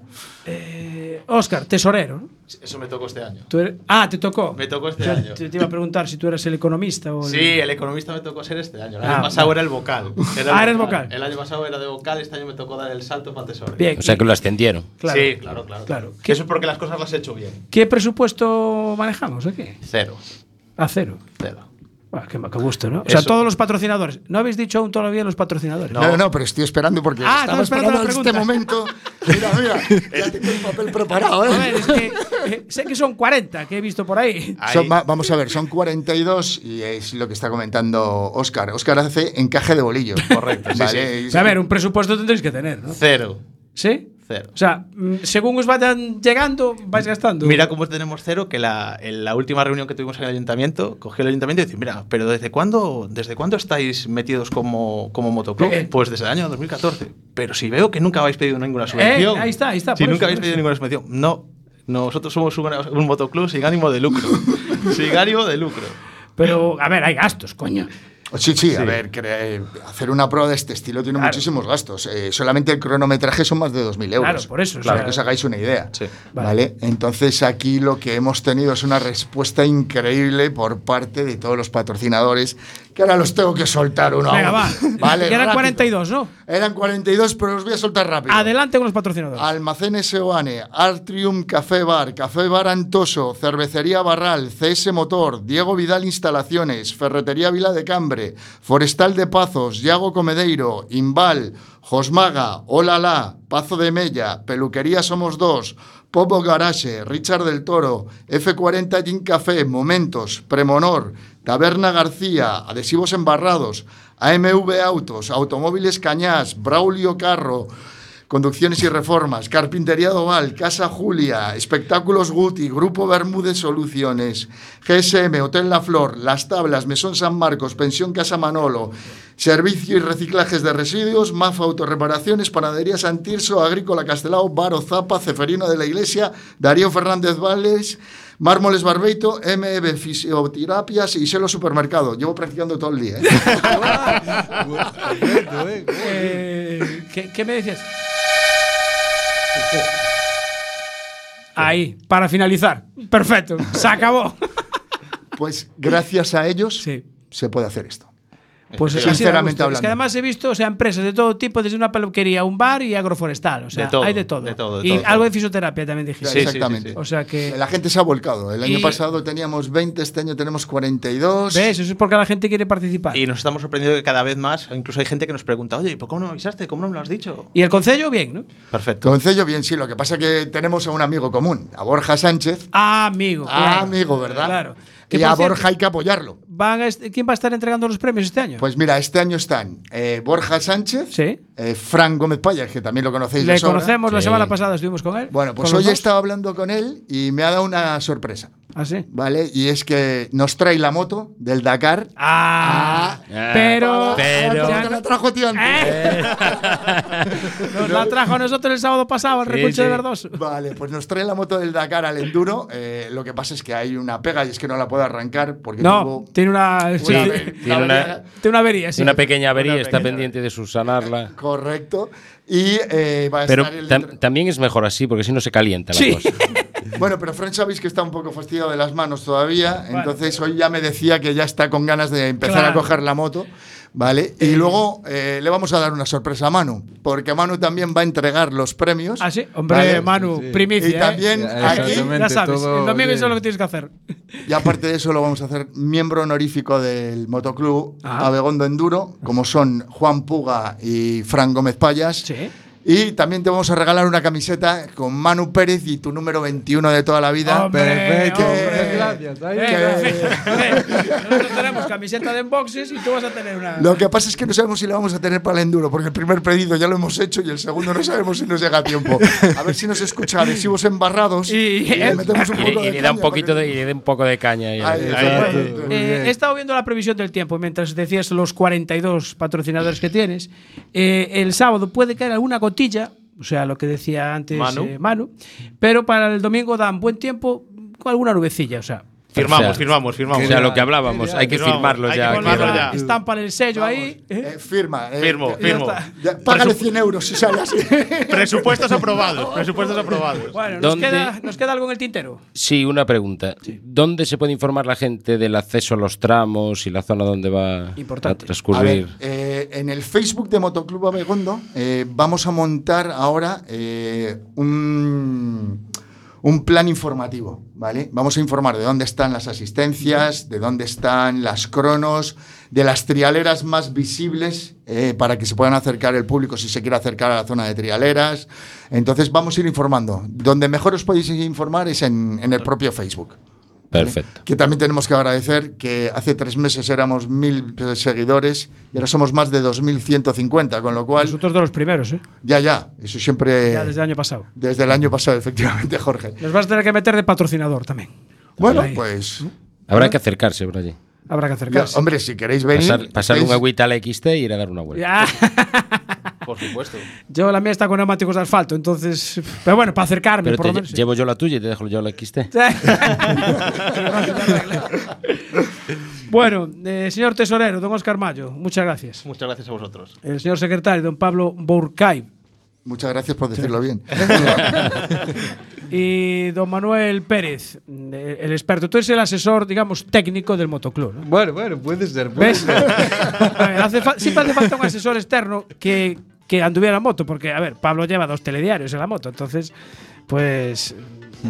A: Oscar, tesorero. ¿no?
D: Eh, Eso me tocó este año.
A: Tú eres- Ah, te tocó.
D: Me tocó este
A: Yo
D: año.
A: Te, te iba a preguntar si tú eras el economista o. el-
D: Sí, el economista me tocó ser este año. El
A: Ah,
D: año pasado
A: vale.
D: era el vocal.
A: Ah,
D: el
A: eres vocal.
D: El año pasado era de vocal, este año me tocó dar el salto para tesoro.
A: Bien.
C: O sea que lo ascendieron.
A: Claro.
D: Sí, claro, claro.
A: Claro. ¿Qué-
D: Eso es porque las cosas las he hecho bien.
A: ¿Qué presupuesto manejamos? ¿O qué?
D: Cero.
A: A cero.
D: Cero.
A: Ah, qué, qué gusto, ¿no? O sea,
H: Eso.
A: todos los patrocinadores. ¿No habéis dicho aún todavía los patrocinadores?
H: No, no, pero estoy esperando porque
A: Ah, estaba
H: estaba
A: esperando
H: esperando
A: la
H: este
A: pregunta.
H: momento. Mira, mira, ya tengo el papel preparado, ¿eh?
A: A ver, es que eh, sé que son 40 que he visto por ahí.
H: Son- va- vamos a ver, son 42 y es lo que está comentando Óscar. Óscar hace encaje de bolillos.
D: Pues
H: Correcto, vale.
A: O sea, a ver, un presupuesto tendréis que tener, ¿no?
D: Cero.
A: ¿Sí?
D: Cero.
A: O sea, mm, según os vayan llegando, vais gastando.
D: Mira cómo tenemos cero, que la, en la última reunión que tuvimos en el ayuntamiento, cogió el ayuntamiento y dice, mira, pero ¿desde cuándo, desde cuándo estáis metidos como, como motoclub?
A: Eh.
D: Pues desde el año 2014. Pero si veo que nunca habéis pedido ninguna subvención.
A: Eh, ahí está, ahí está,
D: Si
A: por eso,
D: nunca habéis
A: por
D: pedido
A: eso.
D: ninguna subvención. No, nosotros somos un, un motoclub sin ánimo de lucro. sin ánimo de lucro.
A: Pero, a ver, hay gastos, coño.
H: Sí, sí, a ver, cre- eh, hacer una prueba de este estilo tiene
A: Claro.
H: muchísimos gastos. Eh, solamente el cronometraje son más de 2.000 euros.
A: Claro, por eso, o
H: Para
A: sea-
H: que os hagáis una idea.
A: Vale.
H: Vale. Entonces aquí lo que hemos tenido es una respuesta increíble por parte de todos los patrocinadores, que ahora los tengo que soltar uno
A: Venga,
H: a uno.
A: va.
H: Vale,
A: y eran
H: rápido.
A: 42, ¿no?
H: Eran 42, pero los voy a soltar rápido.
A: Adelante con los patrocinadores.
H: Almacenes Seoane, E, Artrium Café Bar, Café Bar Antoso, Cervecería Barral, CS Motor, Diego Vidal Instalaciones, Ferretería Vila de Cambre, Forestal de Pazos, Yago Comedeiro, Imbal, Josmaga, Olala, Pazo de Mella, Peluquería Somos Dos, Popo Garage, Richard del Toro, F40 Gin Café, Momentos, Premonor, Taberna García, Adhesivos Embarrados, AMV Autos, Automóviles Cañás, Braulio Carro, Conducciones y Reformas, Carpintería Doval, Casa Julia, Espectáculos Guti, Grupo Bermúdez Soluciones, GSM, Hotel La Flor, Las Tablas, Mesón San Marcos, Pensión Casa Manolo, Servicio y Reciclajes de Residuos, MAF Autorreparaciones, Panadería Santirso, Agrícola Castelao, Baro Zapa, Ceferino de la Iglesia, Darío Fernández Valles, Mármoles Barbeito, E MEB Fisioterapias y Selo Supermercado. Llevo practicando todo el día. ¿eh?
A: Eh, ¿qué, qué me decías? Ahí, para finalizar. Perfecto, se acabó.
H: Pues gracias a ellos
A: Sí.
H: se puede hacer esto.
A: Pues así da
H: Sinceramente
A: gusto. Es
H: hablando.
A: que además he visto o sea, empresas de todo tipo, desde una peluquería, un bar y agroforestal. O sea,
D: De todo,
A: hay de todo.
D: de todo, de
A: y
D: todo.
A: algo de fisioterapia también dijiste.
D: Sí, sí,
H: Exactamente.
D: sí, sí.
A: O sea que.
H: La gente se ha volcado. El año
A: Y-
H: pasado teníamos 20, este año tenemos 42.
A: ¿Ves? Eso es porque la gente quiere participar.
D: Y
A: ¿Y,
D: nos estamos sorprendiendo que cada vez más, incluso hay gente que nos pregunta, oye, ¿por cómo no me avisaste? ¿Cómo no me lo has dicho?
A: el concello, bien, ¿no?
D: Perfecto.
H: Concello, bien, sí. Lo que pasa es que tenemos a un amigo común, a Borja Sánchez.
A: Ah, amigo.
H: Ah,
A: claro.
H: amigo, ¿verdad?
A: Claro. Que,
H: Y
A: por
H: a
A: cierto,
H: Borja hay que apoyarlo.
A: van a est- ¿Quién va a estar entregando los premios este año?
H: Pues mira, este año están eh, Borja Sánchez,
A: Sí.
H: eh, Fran Gómez Payas, que también lo conocéis. de
A: Le
H: sobra.
A: conocemos, la
C: Sí.
A: semana pasada estuvimos con él.
H: Bueno, pues
A: con los
H: hoy he
A: dos.
H: estado hablando con él y me ha dado una sorpresa,
A: ¿Ah, sí?
H: ¿vale? Y es que nos trae la moto del Dakar.
A: Ah, pero.
H: pero
A: ya
H: te la
A: no-
H: trajo tío antes.
A: Eh. Nos la trajo a nosotros el sábado pasado, el reconche de verdoso.
H: Vale, pues nos trae la moto del Dakar al enduro. Eh, lo que pasa es que hay una pega y es que no la puedo arrancar porque
A: No,
H: tuvo
A: tiene una. sí,
H: una-
C: tiene una-
A: tiene una avería, sí.
C: Una pequeña avería,
H: Una
C: está
H: pequeña
C: pendiente de subsanarla.
H: correcto y eh, va a
C: Pero
H: estar el
C: tam- también es mejor así, porque si no se calienta la
A: Sí.
C: cosa.
H: bueno, pero Fran sabéis que está un poco fastidiado de las manos todavía, entonces hoy ya me decía que ya está con ganas de empezar a
A: Claro.
H: coger la moto, vale. Y luego eh, le vamos a dar una sorpresa a Manu, porque Manu también va a entregar los premios.
A: Ah, sí. Hombre,
H: Vale.
A: Manu,
I: sí.
A: primicia.
H: Y
A: ¿eh?
H: también aquí
I: Exactamente,
A: Ya sabes,
I: todo
A: el domingo
I: bien.
A: eso es lo que tienes que hacer.
H: Y aparte de eso, lo vamos a hacer miembro honorífico del motoclub
A: Ah.
H: Abegondo Enduro, como son Juan Puga y Fran Gómez Payas.
A: Sí.
H: Y también te vamos a regalar una camiseta con Manu Pérez y tu número 21 de toda la vida.
A: Hombre,
I: Perfecto.
A: Eh, hombre.
I: Gracias, ahí
A: Eh,
H: que-
A: perfecto. Nosotros tenemos camiseta de boxes y tú vas a tener una.
H: Lo que pasa es que no sabemos si la vamos a tener para el enduro, porque el primer pedido ya lo hemos hecho y el segundo no sabemos si nos llega a tiempo. A ver si nos escucha adhesivos embarrados
A: Y-
H: y, le metemos un
C: Y,
H: poco
C: le- y
H: de
C: le da un
H: caña,
C: poquito
H: porque-
C: de, y le da un poco de caña. ahí.
H: Ahí,
C: Ahí.
H: exacto.
I: Muy
A: Eh,
I: bien.
A: he estado viendo la previsión del tiempo mientras decías los 42 patrocinadores que tienes. Eh, el sábado puede caer alguna gotilla, o sea, lo que decía antes eh, Manu,
D: Manu.
A: pero para el domingo dan buen tiempo con alguna nubecilla, o sea.
C: O
D: Firmamos,
C: sea,
D: firmamos,
C: O
D: firmamos.
C: sea, lo que hablábamos, hay que
D: Firmamos,
C: firmarlo
D: hay que
C: ya.
A: con
D: firmarlo
C: que-
D: ya.
A: la estampa en el sello ahí. ¿eh?
H: Eh, firma. eh,
D: Firmo,
H: ya-
D: firmo.
A: está.
H: ya- págale 100 euros si sale así.
D: Presupuestos aprobados, presupuestos aprobados.
A: Bueno, nos
C: ¿Dónde?
A: queda, nos queda algo en el tintero.
C: Sí, una pregunta. ¿Dónde se puede informar la gente del acceso a los tramos y la zona donde va
A: Importante.
C: a
H: A ver,
C: transcurrir?
H: eh, en el Facebook de Motoclub Abegondo eh, vamos a montar ahora eh, un, un plan informativo, ¿vale? Vamos a informar de dónde están las asistencias, de dónde están las cronos, de las trialeras más visibles eh, para que se puedan acercar el público si se quiere acercar a la zona de trialeras. Entonces vamos a ir informando. Donde mejor os podéis informar es en, en el propio Facebook. ¿vale?
C: Perfecto.
H: Que también tenemos que agradecer que hace tres meses éramos mil seguidores y ahora somos más de 2.150, con lo cual...
A: Nosotros de los primeros, ¿eh?
H: Ya, ya, eso siempre...
A: Ya desde el año pasado.
H: Desde el año pasado, efectivamente, Jorge.
A: Nos vas a tener que meter de patrocinador también.
H: Bueno,
A: Ahí.
H: pues...
C: Habrá que acercarse por allí.
A: Habrá que
H: ya,
A: acercarse.
H: hombre, si queréis venir...
C: Pasar, pasar
H: estáis-
C: un agüita a la XT y ir a dar una vuelta.
A: Ya.
D: Por supuesto.
A: Yo la mía está con neumáticos de asfalto, entonces. Pero bueno, para acercarme,
C: Pero
A: por
C: te
A: lo
C: lle-
A: menos. sí.
C: llevo yo la tuya y te dejo yo la XT.
A: bueno, eh, señor tesorero, don Oscar Mayo, muchas gracias.
D: Muchas gracias a vosotros.
A: El señor secretario, don Pablo Bourcay.
H: Muchas gracias por decirlo bien.
A: Y don Manuel Pérez, eh, el experto. Tú eres el asesor, digamos, técnico del motoclub, ¿no?
I: Bueno, bueno, puede ser. puede
A: ¿Ves?
I: ser.
A: A ver, hace fa- siempre hace falta un asesor externo que, que anduviera en moto, porque, a ver, Pablo lleva dos telediarios en la moto, entonces, pues,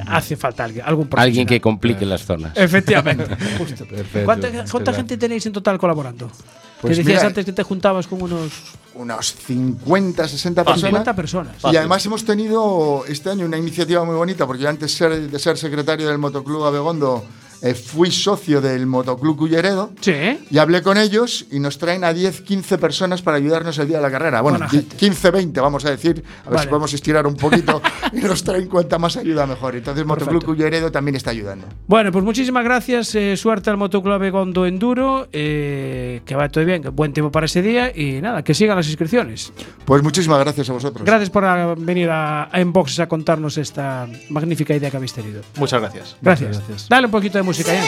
A: hace falta alguien, algún
C: Alguien que
A: profesional.
C: complique las zonas.
A: Efectivamente. justo.
I: Perfecto,
A: ¿Cuánta,
I: muchas
A: cuánta
I: gracias.
A: gente tenéis en total colaborando?
H: Pues
A: que decías
H: mira-
A: antes que te juntabas con unos
H: Unos 50, 60 personas.
A: 50 personas.
H: Y además hemos tenido este año una iniciativa muy bonita, porque yo antes ser- de ser secretario del Motoclub Abegondo eh, fui socio del Motoclub Culleredo
A: Sí, ¿eh?
H: y hablé con ellos y nos traen a 10, 15 personas para ayudarnos el día de la carrera. Bueno,
A: Buena
H: di-
A: gente.
H: 15, 20 vamos a decir, a ver
A: Vale.
H: si podemos estirar un poquito y nos traen cuanta más ayuda mejor. Entonces Motoclub Culleredo también está ayudando.
A: Bueno, pues muchísimas gracias. eh, suerte al Motoclub Gondo Enduro. eh, que va todo bien. que Buen tiempo para ese día. Y nada, que sigan las inscripciones.
H: Pues muchísimas gracias a vosotros.
A: Gracias por ah, venir a, a Inboxes a contarnos esta magnífica idea que habéis tenido.
D: Muchas gracias.
A: Gracias. Dale un poquito de música. Ian.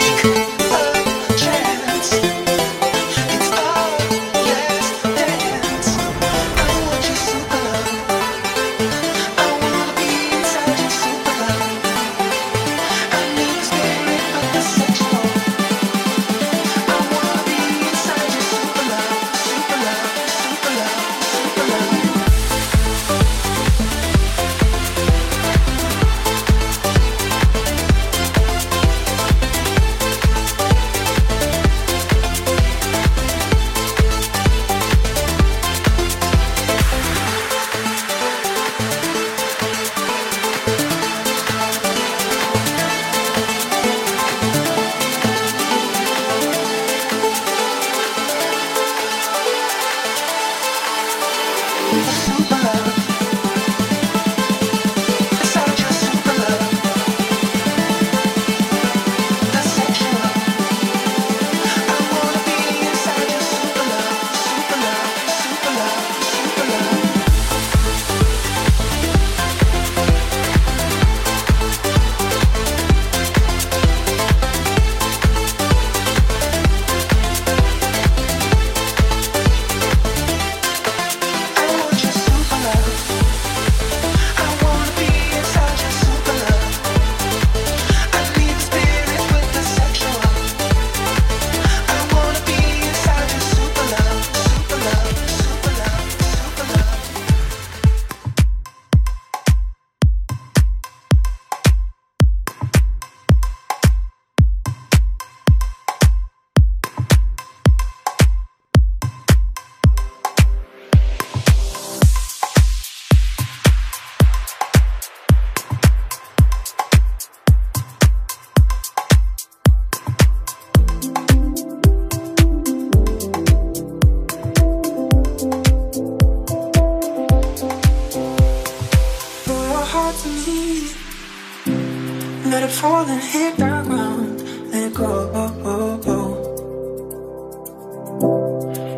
K: Let it fall and hit the ground. Let it go.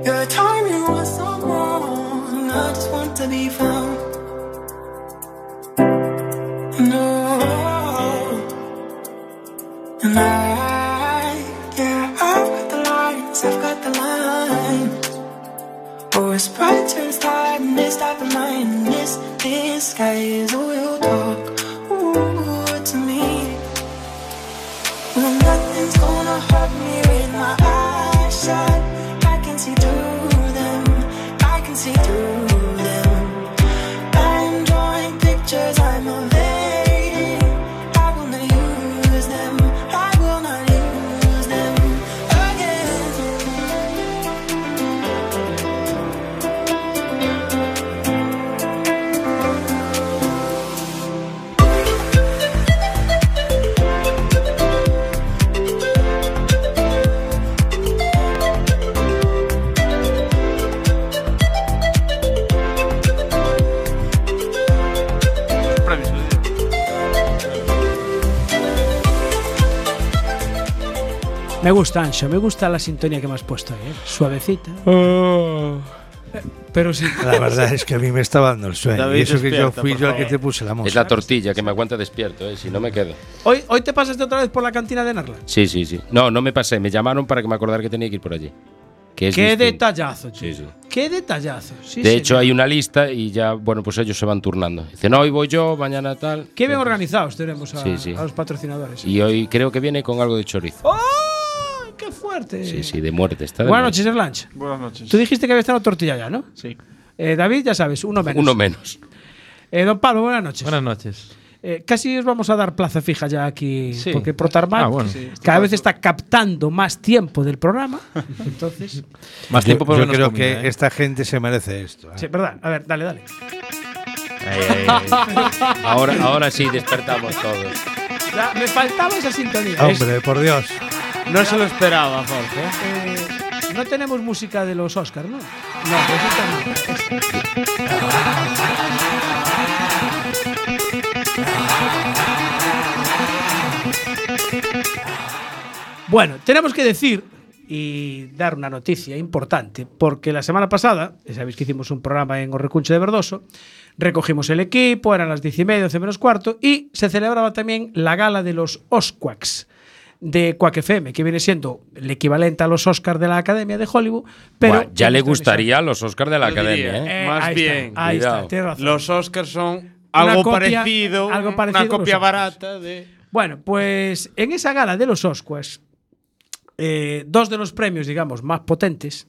K: Your time you were so wrong. I just want to be found. No. And I, yeah, I've got the lines. I've got the lines. Oh, it's bright turns tight and it's time of mine. This, this guy is who you talk. Ooh, to me. Well, nothing's gonna hurt me with my eyes shut. I can see through them. I can see through them. I'm drawing pictures. I'm a lady. I
A: Me gusta, Ancho, me gusta la sintonía que me has puesto ahí, ¿eh? suavecita. Pero sí.
E: Oh. La verdad es que a mí me estaba dando el sueño.
C: David,
E: y eso que yo
C: despierta,
E: fui
C: por
E: yo el
C: favor.
E: que te puse la
C: Es
E: música.
C: la tortilla que me aguanta despierto, eh, si no me quedo.
A: Hoy, hoy te pasaste otra vez por la cantina de Narla.
C: Sí, sí, sí. No, no me pasé. Me llamaron para que me acordara que tenía que ir por allí. Que es
A: Qué
C: distinto.
A: detallazo, chico.
C: Sí, sí.
A: Qué detallazo. Sí,
C: de
A: señor.
C: hecho, hay una lista y ya, bueno, pues ellos se van turnando. Dicen, hoy voy yo, mañana tal.
A: qué bien organizados tenemos a,
C: Sí, sí.
A: a los patrocinadores.
C: Y hoy creo que viene con algo de chorizo.
A: ¡Ay, ¡Qué fuerte!
C: Sí, sí, de muerte. Está de
A: Buenas
C: muerte.
A: noches, Erlanch.
L: Buenas noches.
A: Tú dijiste que había estado tortilla ya, ¿no?
L: Sí.
A: Eh, David, ya sabes, uno menos.
C: Uno menos.
A: Eh, don Pablo, buenas noches.
L: Buenas noches.
A: Eh, casi os vamos a dar plaza fija ya aquí,
L: Sí.
A: porque Protarman
L: Ah, bueno. Sí,
A: cada vez está captando más tiempo del programa. Entonces,
E: Más
L: tiempo por
E: Yo
L: menos
E: creo
L: comida,
E: que
L: ¿eh?
E: esta gente se merece esto. ¿eh?
A: sí, verdad. A ver, dale, dale.
C: Ahora, ahora sí, despertamos todos.
A: Ya, me faltaba esa sintonía.
F: Ah,
E: Hombre, por Dios.
L: No se lo esperaba, Jorge.
A: Eh, no tenemos música de los Oscars, ¿no? No, pues esta no. Bueno, tenemos que decir y dar una noticia importante, porque la semana pasada, ya sabéis que hicimos un programa en Orrecunche de Verdoso, recogimos el equipo, eran las 10 y media, 11 menos cuarto, y se celebraba también la gala de los Osquaks de Quack FM, que viene siendo el equivalente a los Oscars de la Academia de Hollywood, pero...
C: Buah, ya le
A: en nuestra
C: gustaría a los Oscars de la
L: Yo
C: Academia.
L: diría,
C: ¿eh?
A: Eh,
L: Más
A: ahí está,
L: bien.
A: ahí está,
C: Cuidado.
A: tienes razón.
L: Los Oscars son
A: Una
L: algo,
A: copia- eh,
L: parecido,
A: algo parecido a
L: Una
A: los
L: copia
A: Oscars.
L: barata de.
A: Bueno, pues en esa gala de los Oscars, eh, dos de los premios, digamos, más potentes,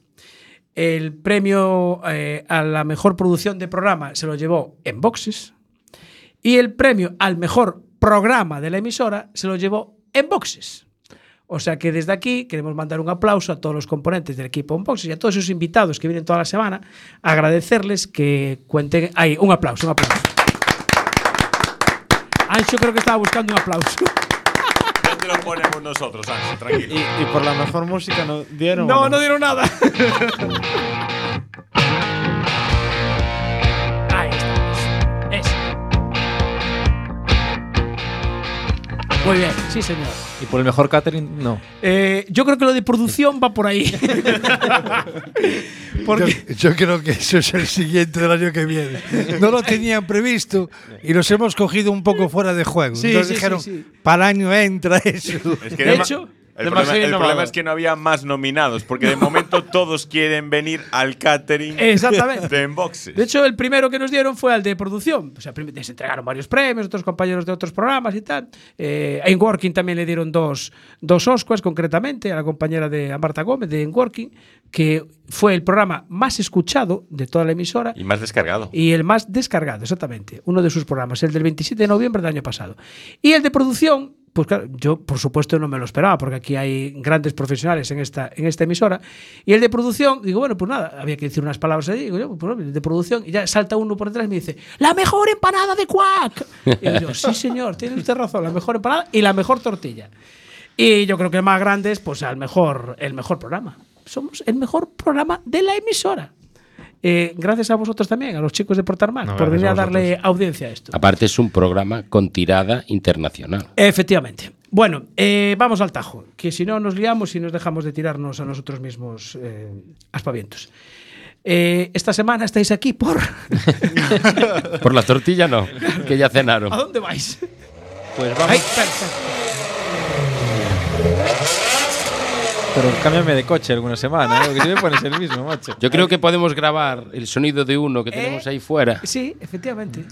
A: el premio eh, a la mejor producción de programa se lo llevó En Boxes y el premio al mejor programa de la emisora se lo llevó En Boxes. O sea que desde aquí queremos mandar un aplauso a todos los componentes del equipo Unboxes y a todos sus invitados que vienen toda la semana, agradecerles que cuenten... Ahí, un aplauso, un aplauso. Ancho Ah, creo que estaba buscando un aplauso.
J: Ya te lo ponemos nosotros, Ángel,
L: Y,
J: tranquilo.
L: y por la mejor música no dieron.
A: No,
L: ¿o
A: no dieron nada. Ahí estamos.
K: é
A: Eso. Muy bien, sí, señor.
L: Y por el mejor catering, no.
A: Eh, yo creo que lo de producción va por ahí. Porque
E: Yo, yo creo que eso es el siguiente del año que viene. No lo tenían previsto y los hemos cogido un poco fuera de juego.
A: Sí,
E: Entonces
A: sí, sí,
E: dijeron,
A: sí.
E: para el año entra eso.
J: Es que
A: de
J: dema-
A: hecho,
J: el,
L: demasiado
J: problema, el
L: innovador.
J: problema es que no había más nominados, porque de momento todos quieren venir al catering
A: Exactamente.
J: de Enboxes.
A: De hecho, el primero que nos dieron fue al de producción. O sea, prim- les entregaron varios premios, otros compañeros de otros programas y tal. Eh, a Inworking también le dieron dos, dos Oscars, concretamente, a la compañera de a Marta Gómez de Inworking, que fue el programa más escuchado de toda la emisora
J: y más descargado.
A: y el más descargado, exactamente. Uno de sus programas, el del 27 de noviembre del año pasado. Y el de producción, pues claro, yo por supuesto no me lo esperaba, porque aquí hay grandes profesionales en esta, en esta emisora. Y el de producción, digo, bueno, pues nada, había que decir unas palabras ahí, digo yo, pues bueno, el de producción, y ya salta uno por detrás y me dice, ¡la mejor empanada de Cuac! Y yo, sí señor, tiene usted razón, la mejor empanada y la mejor tortilla. Y yo creo que el más grande es, pues, al mejor, el mejor programa. Somos el mejor programa de la emisora. Eh, gracias a vosotros también, a los chicos de Portarmac,
L: No,
A: por
L: gracias
A: venir a,
L: a
A: darle audiencia a esto.
C: Aparte, es un programa con tirada internacional.
A: Efectivamente. Bueno, eh, vamos al tajo, que si no nos liamos y nos dejamos de tirarnos a nosotros mismos eh, aspavientos. Eh, esta semana estáis aquí por...
C: Por la tortilla no, que ya cenaron.
A: ¿A dónde vais?
L: Pues vamos.
A: Ay, espera, espera.
L: Pero cámbiame de coche alguna semana, ¿eh? Porque si me pones el mismo, macho.
C: Yo creo que podemos grabar el sonido de uno
A: ¿Eh?
C: que tenemos ahí fuera.
A: Sí, efectivamente.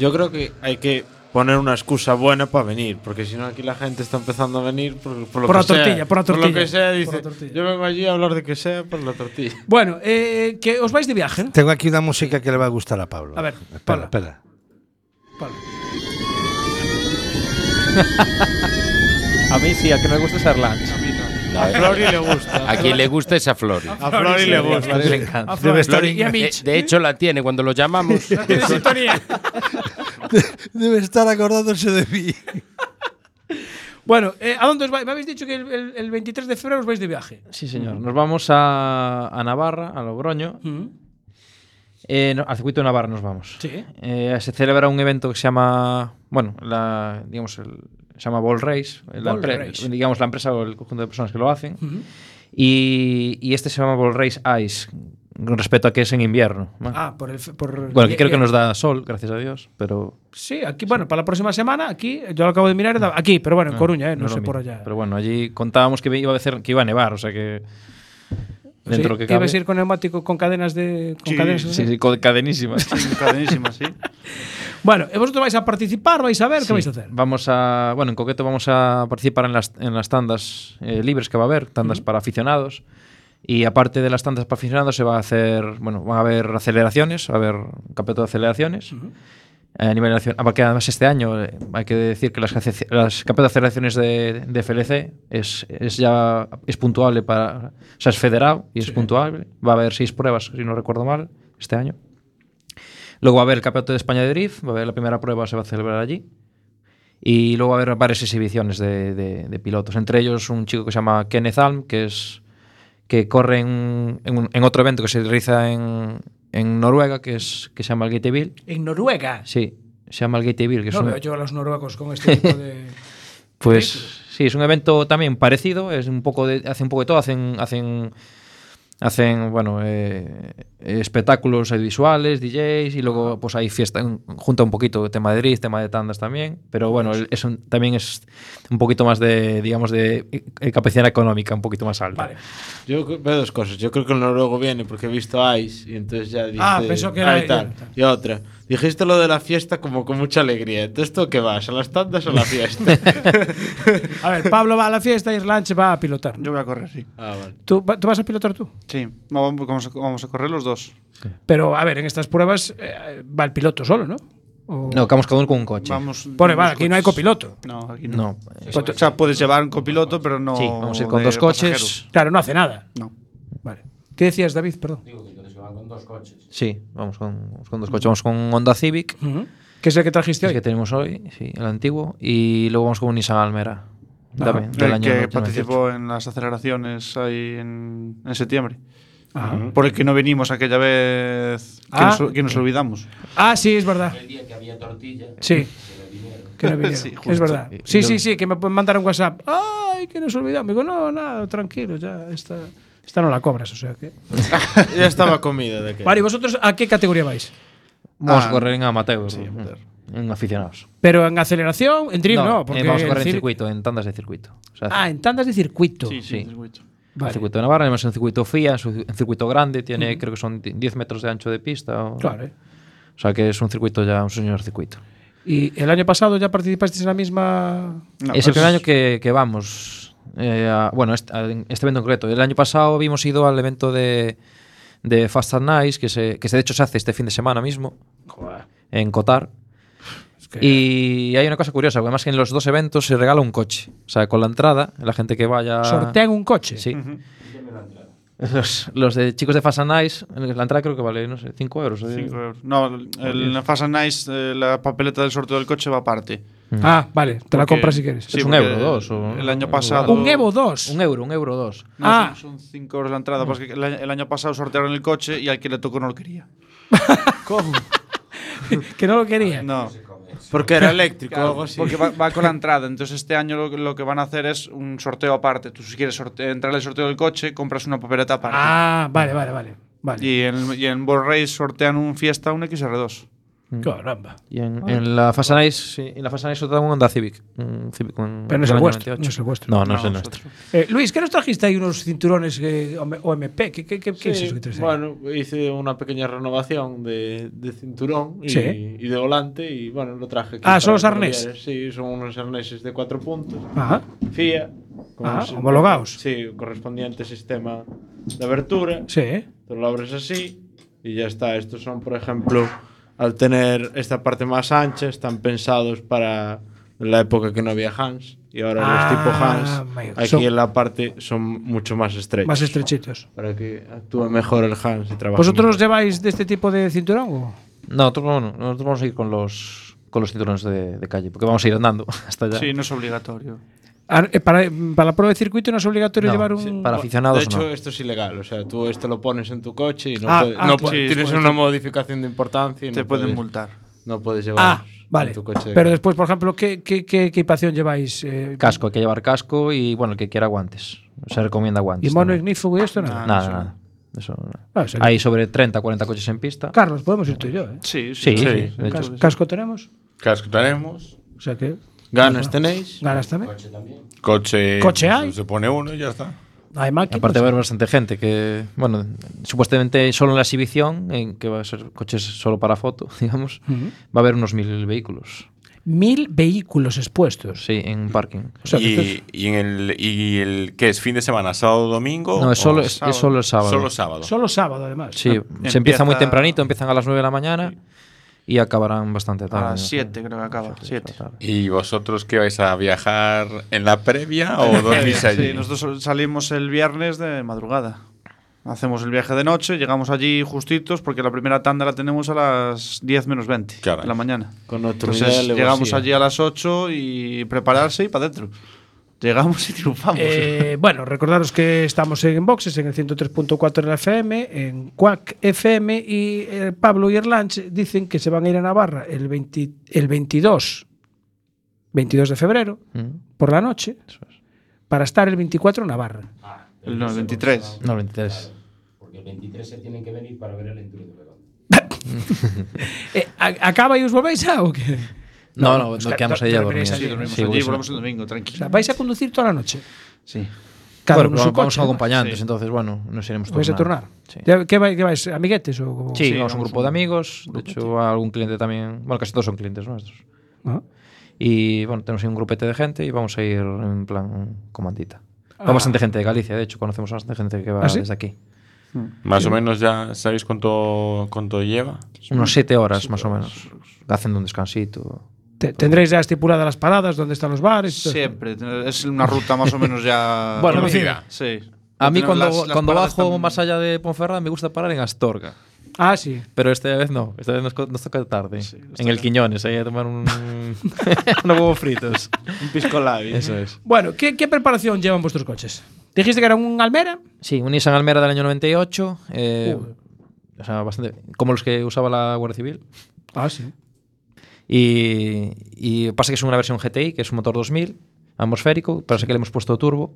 L: Yo creo que hay que poner una excusa buena para venir, porque si no aquí la gente está empezando a venir por, por lo
A: Por
L: que
A: la tortilla,
L: sea.
A: por la
L: Por lo
A: tortilla,
L: que sea,
A: por la
L: dice.
A: tortilla.
L: Yo vengo allí a hablar de que sea por la tortilla.
A: Bueno, eh, que os vais de viaje. ¿no?
E: Tengo aquí una música que le va a gustar a Pablo.
A: A ver, Pablo.
E: espera, espera.
A: Pablo.
L: A mí sí, a que me gusta ser lunch.
C: No,
L: A
C: eh.
L: Flori le gusta.
C: A quien le gusta esa flor.
L: A Flori le gusta.
A: Flori
L: le encanta.
A: A Flor
E: estar
A: y a
C: De,
A: Mitch.
C: de hecho, la tiene cuando lo llamamos.
A: Tiene sintonía.
E: Debe estar acordándose de mí.
A: Bueno, eh, ¿a dónde os vais? Me habéis dicho que el, el- el 23 de febrero os vais de viaje.
L: Sí, señor. Nos vamos a, a Navarra, a Logroño. Eh, no, al circuito de Navarra nos vamos.
A: Mm. Sí.
L: Eh, se celebra un evento que se llama, bueno, la, digamos, el,
M: se llama Ball Race, la
A: Ball
M: pre-
A: Race.
M: digamos la empresa o el conjunto de personas que lo hacen.
A: Ujú.
M: y, y este se llama Ball Race Ice, con respecto a que es en invierno. ¿vale?
A: Ah, por el. f- Por eh,
M: bueno, aquí creo que nos da sol, gracias a Dios, pero...
A: Sí, aquí, bueno, para la próxima semana, aquí, yo lo acabo de mirar, aquí, pero bueno, en
M: Ah,
A: Coruña, eh, no,
M: es lo
A: sé por
M: mismo.
A: allá.
M: Pero bueno, allí contábamos que iba a, hacer, que iba a nevar, o sea que... Dentro
A: Sí,
M: que cabe.
A: ibas a ir con neumático con cadenas de. Con
M: Sí,
A: cadenas,
M: sí,
A: ¿no?
M: sí, con cadenísimas.
N: cadenísimas, sí.
A: Bueno, ¿eh, vosotros vais a participar, vais a ver, ¿qué
M: Sí,
A: vais a hacer?
M: Vamos a, bueno, en concreto vamos a participar en las, en las tandas eh, libres que va a haber, tandas para aficionados. Y aparte de las tandas para aficionados se va a hacer, bueno, va a haber aceleraciones, va a haber un campeonato de aceleraciones. eh, A nivel nacional, porque además este año eh, hay que decir que las, ace- las campeonatos de aceleraciones de, de FLC es, es ya es puntuable para, o sea, es federado y es puntuable. Va a haber seis pruebas, si no recuerdo mal, este año. Luego va a haber el Campeonato de España de Drift, va a haber la primera prueba, se va a celebrar allí. Y luego va a haber varias exhibiciones de, de- de pilotos, entre ellos un chico que se llama Kenneth Alm, que es que corre en, en un- en otro evento que se realiza en, en Noruega, que, es, que se llama el Gateville.
A: En Noruega.
M: Sí, se llama el Gateville. Que es
A: no
M: un-
A: veo yo a los noruegos con este tipo de.
M: pues sí, es un evento también parecido, es un poco de, hace un poco de todo, hacen, hacen, hacen bueno, eh, espectáculos audiovisuales, DJs y luego pues hay fiesta, un- junta un poquito tema de drift, tema de tandas también, pero bueno, el- es un- también es un poquito más de, digamos, de eh, capacidad económica, un poquito más alta.
L: Yo cre- veo dos cosas. Yo creo que el noruego viene porque he visto Ice y entonces ya dice.
A: Ah, pensó que era
L: "Ah, y
A: él".
L: tal. Y otra. Dijiste lo de la fiesta como con mucha alegría. Entonces, ¿esto qué vas? ¿A las tandas o a la fiesta?
A: A ver, Pablo va a la fiesta y Slanch va a pilotar.
N: Yo voy a correr, sí.
L: Ah, vale.
A: ¿Tú, va- tú vas a pilotar tú?
N: Sí, vamos vamos a, vamos a correr los dos.
A: Pero a ver, en estas pruebas eh, va el piloto solo, ¿no? O-
M: No, que vamos cada uno con un coche.
N: Vamos,
A: Pone, va, aquí no hay copiloto.
N: No, aquí
M: No.
N: no. O sea, puedes llevar un copiloto, pero no.
M: Sí, vamos a ir con
N: de
M: dos coches.
N: pasajeros.
A: Claro, no hace nada.
N: No.
A: Vale. ¿Qué decías, David? Perdón.
M: Sí, vamos con, vamos con dos coches. Vamos con un Honda Civic.
A: Ujú. Que es el que trajiste
M: hoy. que tenemos hoy, sí, el antiguo. Y luego vamos con un Nissan Almera.
N: Ah,
M: también, del
N: el
M: año
N: que
M: 98.
N: participó en las aceleraciones ahí en, en septiembre.
A: Ajá.
N: Por el que no venimos aquella vez que,
A: Ah.
N: nos, que nos olvidamos.
A: Ah, sí, es verdad. El día que había tortilla. Sí. Que no vinieron.
N: Sí,
A: es
N: justo.
A: verdad.
M: Eh,
N: Y-
A: Sí,
N: yo-
A: sí, sí, que me pueden mandar un WhatsApp. ¡Ay, que nos olvidamos! Digo, no, nada, tranquilo, ya está. Esta no la cobras, o sea que.
L: ya estaba comida de que.
A: Vale, ¿y vosotros a qué categoría vais?
M: Vamos a
A: Ah,
M: correr en amateur. En aficionados.
A: Pero en aceleración, en drift no,
M: No, eh,
A: porque
M: vamos a
A: el
M: correr en
A: cir-
M: circuito, en tandas de circuito. O sea,
A: Ah, en tandas de circuito.
M: Sí, sí, en Sí.
N: circuito.
M: El
A: Vale.
M: circuito de Navarra, además es un circuito FIA, es un circuito grande, tiene
A: Ujú.
M: creo que son 10 metros de ancho de pista. o-
A: Claro, eh.
M: O sea que es un circuito ya, un señor circuito.
A: ¿Y el año pasado ya participasteis en la misma.?
M: es el primer año que, que vamos. eh, a- bueno, este, a- en este evento en concreto. El año pasado habíamos ido al evento de, de Fast and Nice, que, se, que se- de hecho se hace este fin de semana mismo, en Cotar. Y hay una cosa curiosa, porque además que en los dos eventos se regala un coche. O sea, con la entrada, la gente que vaya...
A: Sortean un coche.
M: Sí. Los, los de chicos de Fast and Nice, la entrada creo que vale, no sé, 5 euros. ¿eh? o
N: Cinco euros. No, el- en la Fast and Nice, eh, la papeleta del sorteo del coche va aparte.
A: Ah, vale, te la
N: Porque-
A: compras si quieres.
N: sí,
M: Mm. es un
N: porque
M: euro, dos. o-
N: El año pasado.
A: Un Evo 2.
M: Un euro, un euro, dos.
N: No,
A: Ah.
N: son- son 5 euros la entrada. porque el, año- el año pasado sortearon el coche y al que le tocó no lo quería. ¿Cómo?
A: que no lo quería.
N: No.
L: Porque era eléctrico o algo así.
N: Porque va, va con la entrada. Entonces, este año lo, lo que van a hacer es un sorteo aparte. Tú, si quieres sorte- entrar al sorteo del coche, compras una papeleta aparte.
A: Ah, vale, vale, vale.
N: Y en, y en Ball Race sortean un Fiesta, un XR2.
M: Mm.
A: Caramba.
M: Y en, en la Fast and Nice, sí, en la Fast and Nice sorteaban un Honda Civic. un Civic con-
A: Pero no es
M: del
A: el
M: año
A: vuestro,
M: 98.
A: no es el vuestro.
M: No, no, es
A: No,
M: el
A: es
M: nuestro.
A: Eh, Luis, ¿qué nos trajiste ahí unos cinturones eh, OM- OMP? ¿Qué, qué, qué- qué es
L: Sí,
A: eso que traes ahí?
L: bueno, hice una pequeña renovación de, de cinturón y,
A: Sí.
L: y de volante y bueno, lo traje aquí.
A: Ah,
L: para
A: son los
L: que lo
A: arneses.
L: vieras. Sí, son unos arneses de cuatro puntos.
A: Ajá.
L: FIA. con
A: Ah,
L: un-
A: homologados.
L: Sí, correspondiente sistema de abertura.
A: Sí.
L: Tú lo abres así y ya está. Estos son, por ejemplo, al tener esta parte más ancha, están pensados para la época que no había Hans. Y ahora
A: Ah,
L: los tipo
A: my
L: Hans,
A: God.
L: aquí
A: Son-
L: en la parte, son mucho más estrechos.
A: Más estrechitos.
L: Para que actúe mejor el Hans y trabaje
A: ¿Vosotros os lleváis de este tipo de cinturón? o?
M: No, nosotros, no, nosotros vamos a ir con los, con los cinturones de, de calle, porque vamos a ir andando hasta allá.
N: Sí, no es obligatorio.
A: Ah, eh, Para, para la prueba de circuito no es obligatorio llevar un.
M: para aficionados,
L: De hecho,
M: no.
L: esto es ilegal. O sea, tú esto lo pones en tu coche y no,
A: Ah,
L: puedes-
A: ah,
L: no
A: claro.
L: puedes-
A: Sí,
L: tienes
A: puedes-
L: una modificación de importancia. y
N: Te
L: no
N: pueden
L: puedes-
N: multar.
L: no puedes llevar
A: Ah, vale.
L: tu coche.
A: Pero después, por ejemplo, ¿qué, qué, qué equipación lleváis? Eh,
M: Casco, hay que llevar casco y bueno, el que quiera guantes. Se recomienda
A: Ah. ¿Y
M: guantes.
A: mono ignífugo y esto? Nada,
M: nada,
A: eso no.
M: nada. Eso no.
A: Ah, o sea que-
M: Hay sobre 30, 40 coches en pista.
A: Carlos, podemos ir tú y yo, ¿eh?
M: Sí, sí, Sí, sí, sí, de
A: Cas-
M: hecho.
A: ¿Casco tenemos?
J: Casco tenemos.
A: O sea que.
L: Ganas tenéis.
A: ¿Ganas también?
J: Coche.
A: Coche hay.
J: Se pone uno y ya está.
A: Hay máquinas. ¿eh?
M: Aparte va a haber bastante gente que, bueno, supuestamente solo en la exhibición, en que va a ser coches solo para foto, digamos,
A: Ujú.
M: va a haber unos mil vehículos.
A: Mil vehículos expuestos.
M: Sí, en un parking.
J: y, y en el, ¿Y el qué es? ¿Fin de semana? ¿Sábado, domingo?
M: No, es
J: o
M: solo- es- es solo el sábado.
J: Solo sábado.
A: Solo sábado, además.
M: Sí, se empieza muy tempranito, empiezan a las 9 de la mañana y acabarán bastante
N: A
M: tarde.
N: las 7 creo que acaba. siete.
J: ¿Y vosotros qué vais a viajar en la previa o dormís allí?
N: Sí, nosotros salimos el viernes de madrugada. Hacemos el viaje de noche, llegamos allí justitos porque la primera tanda la tenemos a las 10 menos 20 de la mañana.
L: Con nocturnidad
N: Entonces
L: de alevosía.
N: llegamos allí a las 8 y prepararse y para adentro. Llegamos y triunfamos.
A: Eh, bueno, recordaros que estamos en Boxes, en el 103.4 de la FM, en Quack FM y eh, Pablo y Erlanch dicen que se van a ir a Navarra el, 20 el 22, 22 de febrero,
M: Mm.
A: por la noche, para estar el 24 en Navarra.
N: El no, el 23.
M: No, el 23.
C: Porque el 23 se tienen que venir para ver el intruso.
A: Eh, ¿a- ¿Acaba y os volvéis a o qué?
M: No, no, nos
A: que-
M: quedamos
A: to-
M: allí a
A: dormiréis
M: dormir. Sí, dormimos allí,
A: O sea,
M: volvemos
N: el domingo, tranquilo.
A: ¿Vais a conducir toda la noche?
N: Sí.
A: Cada
M: bueno,
A: uno su
M: pero vamos
A: coche,
M: con
A: ¿no?
M: acompañantes,
A: Sí.
M: entonces, bueno, nos iremos
A: ¿Vais a
M: turnando.
A: turnar? ¿Ya- ¿Qué vais, qué vais, ¿Amiguetes? O, como-
M: Sí, vamos a un grupo de amigos. De hecho, a algún cliente también. Bueno, casi todos son clientes nuestros.
J: Ah.
A: Ajá.
M: Y bueno, tenemos ahí un grupete de gente y vamos a ir en plan comandita. Va
J: Ah.
M: bastante gente de Galicia, de hecho, conocemos a bastante gente que va
J: ¿Ah, sí? Hmm.
M: desde aquí.
J: Más
M: Sí.
J: o menos ya sabéis cuánto, cuánto lleva.
M: Unos siete horas más o menos. Haciendo un descansito.
A: Te- ¿Tendréis ya estipuladas las paradas, dónde están los bares? todo eso?
N: pues, Siempre. ten- Es una ruta más o menos ya.
M: Bueno,
N: conocida. Sí.
M: A mí
N: Tenemos
M: cuando,
N: las- las
M: cuando
N: paradas
M: bajo
N: tan-
M: más allá de Ponferrada me gusta parar en Astorga.
A: Ah, sí.
M: Pero esta vez no, esta vez nos, co- nos toca tarde. en el Quiñones, ahí a tomar un, unos huevos fritos.
L: Un pisco labi.
M: Eso es.
A: Bueno, ¿qué, qué preparación llevan vuestros coches? Dijiste que era un Almera.
M: Sí, un Nissan Almera del año 98. eh, o sea, bastante. Como los que usaba la Guardia Civil.
A: Ah, sí.
M: Y, y pasa que es una versión GTI, que es un motor 2000, atmosférico. Parece que le hemos puesto turbo.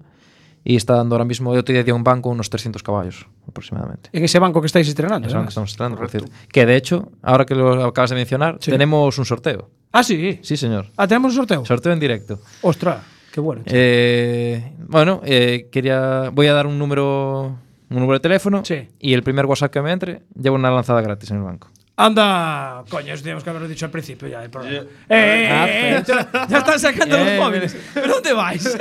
M: Y está dando ahora mismo, yo te diría, un banco unos 300 caballos aproximadamente.
A: En ese banco que estáis estrenando.
M: Eso es lo que
A: además.
M: estamos tratando, por cierto. Que de hecho, ahora que lo acabas de mencionar,
A: Sí.
M: tenemos un sorteo.
A: Ah, sí.
M: Sí, señor.
A: Ah, tenemos un sorteo.
M: Sorteo en directo.
A: Ostras, qué bueno. tío.
M: Eh, bueno, eh, quería. Voy a dar un número. Un número de teléfono. Y el primer WhatsApp que me entre lleva una lanzada gratis en el banco.
A: Anda, coño, eso teníamos que haberlo dicho al principio ya del programa. Eh, eh,
M: Ah,
A: eh, eh,
M: pero-
A: ya- ya están sacando
M: Eh,
A: los móviles. ¿Pero dónde vais?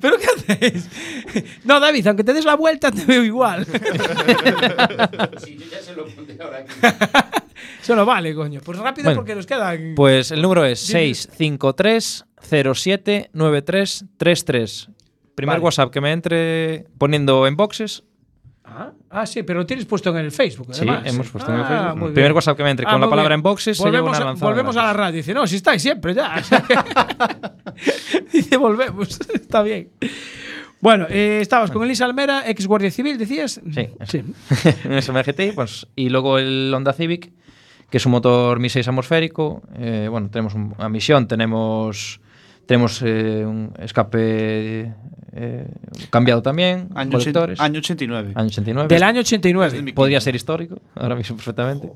A: ¿Pero qué hacéis? No, David, aunque te des la vuelta, te veo igual.
C: Sí, yo ya se lo pondré ahora aquí.
A: Solo vale, coño. Pues rápido
M: Bueno,
A: porque nos quedan.
M: Pues el número es
A: Mm. Dime.
M: 653 07 9333. Primer
A: Vale.
M: WhatsApp que me entre poniendo en boxes
A: Ah, ah, sí, pero lo tienes puesto en el Facebook.
M: Sí,
A: además.
M: hemos puesto
A: Ah,
M: en el Facebook.
A: muy bien. Ah,
M: Primer WhatsApp que me entre con la
A: muy
M: palabra en boxes, se lleva
A: volvemos,
M: una
A: a-
M: lanzada
A: volvemos a la radio. Dice, no, si estáis siempre ya. Dice, volvemos. Está bien. Bueno, eh, estabas con Elisa Almera, ex guardia civil, decías.
M: Sí, un SMR GTI, pues, y luego el Honda Civic, que es un motor Mi 6 atmosférico. eh, bueno, tenemos un- una misión, tenemos, tenemos eh, un escape eh, cambiado también,
N: Año
M: colectores.
N: ochen- año 89.
M: Año 89.
A: Del año 89.
M: Podría ser histórico, ahora mismo perfectamente.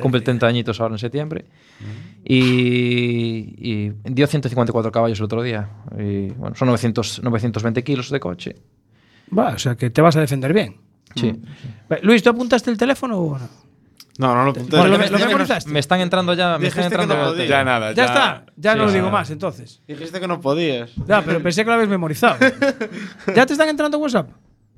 M: Cumple 30 añitos ahora en septiembre.
N: Mm.
M: Y, y dio 154 caballos el otro día. Y, bueno, son 900, 920 kilos de coche.
A: Va, o sea que te vas a defender bien.
M: Sí.
A: Va, Luis, ¿tú apuntaste el teléfono o no?
L: No, no lo
A: apunté. Bueno, lo- lo memorizaste.
M: Me están entrando
A: Ah,
M: ya. Me
L: Dijiste
M: están
L: que
M: entrando
L: no
M: al
L: podía.
M: teléfono.
L: Ya nada,
A: Ya, está, ya
M: Sí,
A: no lo
M: sí.
A: digo más entonces.
L: Dijiste que no podías.
A: Ya, pero pensé que lo habéis memorizado. ¿Ya te están entrando WhatsApp?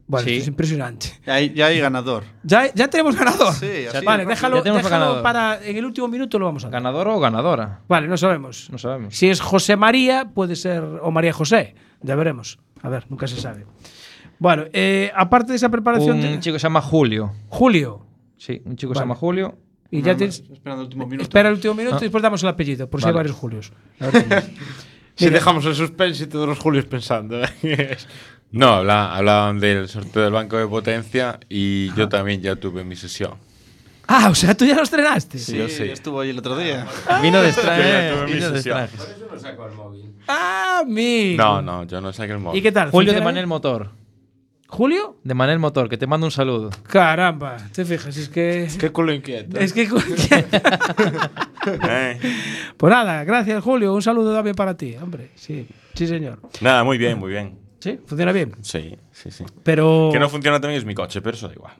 A: Bueno, esto pues es impresionante.
N: Ya hay, ya hay ganador.
A: Ya, ya tenemos ganador.
N: Sí, así
A: vale,
N: de fácil.
A: déjalo,
N: Ya tenemos
A: déjalo
N: ganador.
A: para en el último minuto lo vamos a
M: ¿Ganador o ganadora?
A: Vale, no sabemos.
M: No sabemos.
A: Si es José María, puede ser o María José. Ya veremos. A ver, nunca se sabe. Bueno, eh, aparte de esa preparación,
M: Un
A: te-
M: chico que se llama Julio.
A: Julio.
M: Sí, un chico que se
A: Vale.
M: llama Julio.
A: Y ya tienes- eh,
N: Esperando el último minuto.
A: espera el último minuto
M: Ah.
A: y después damos el apellido, por si hay
M: Vale.
A: varios Julios.
L: Si
A: Mira.
L: dejamos el suspense y todos los Julios pensando. ¿eh?
J: No, habla- hablaban del sorteo del banco de potencia y yo también ya tuve mi sesión.
A: Ah, o sea, tú ya lo estrenaste.
D: Sí, estuvo ahí el otro día.
M: Vino de
J: extraje,
M: extraño.
J: vino de extraje.
A: Ah, mi.
J: No, no, yo no saqué el móvil.
A: ¿Y qué tal?
M: Julio de
A: ¿Sinceramente?
M: Manel Motor.
A: ¿Julio?
M: De Manel Motor, que te mando un saludo.
A: Caramba, te fijas, es que. Es
L: que culo inquieto.
A: Es que culo inquieto.
J: Eh.
A: pues nada, gracias, Julio. Un saludo también para ti, hombre. Sí, sí, señor.
J: Nada, muy bien, muy bien.
A: ¿Sí? ¿Funciona bien?
J: Sí, sí, sí.
A: Pero.
J: Que no funciona también es mi coche, pero eso da igual.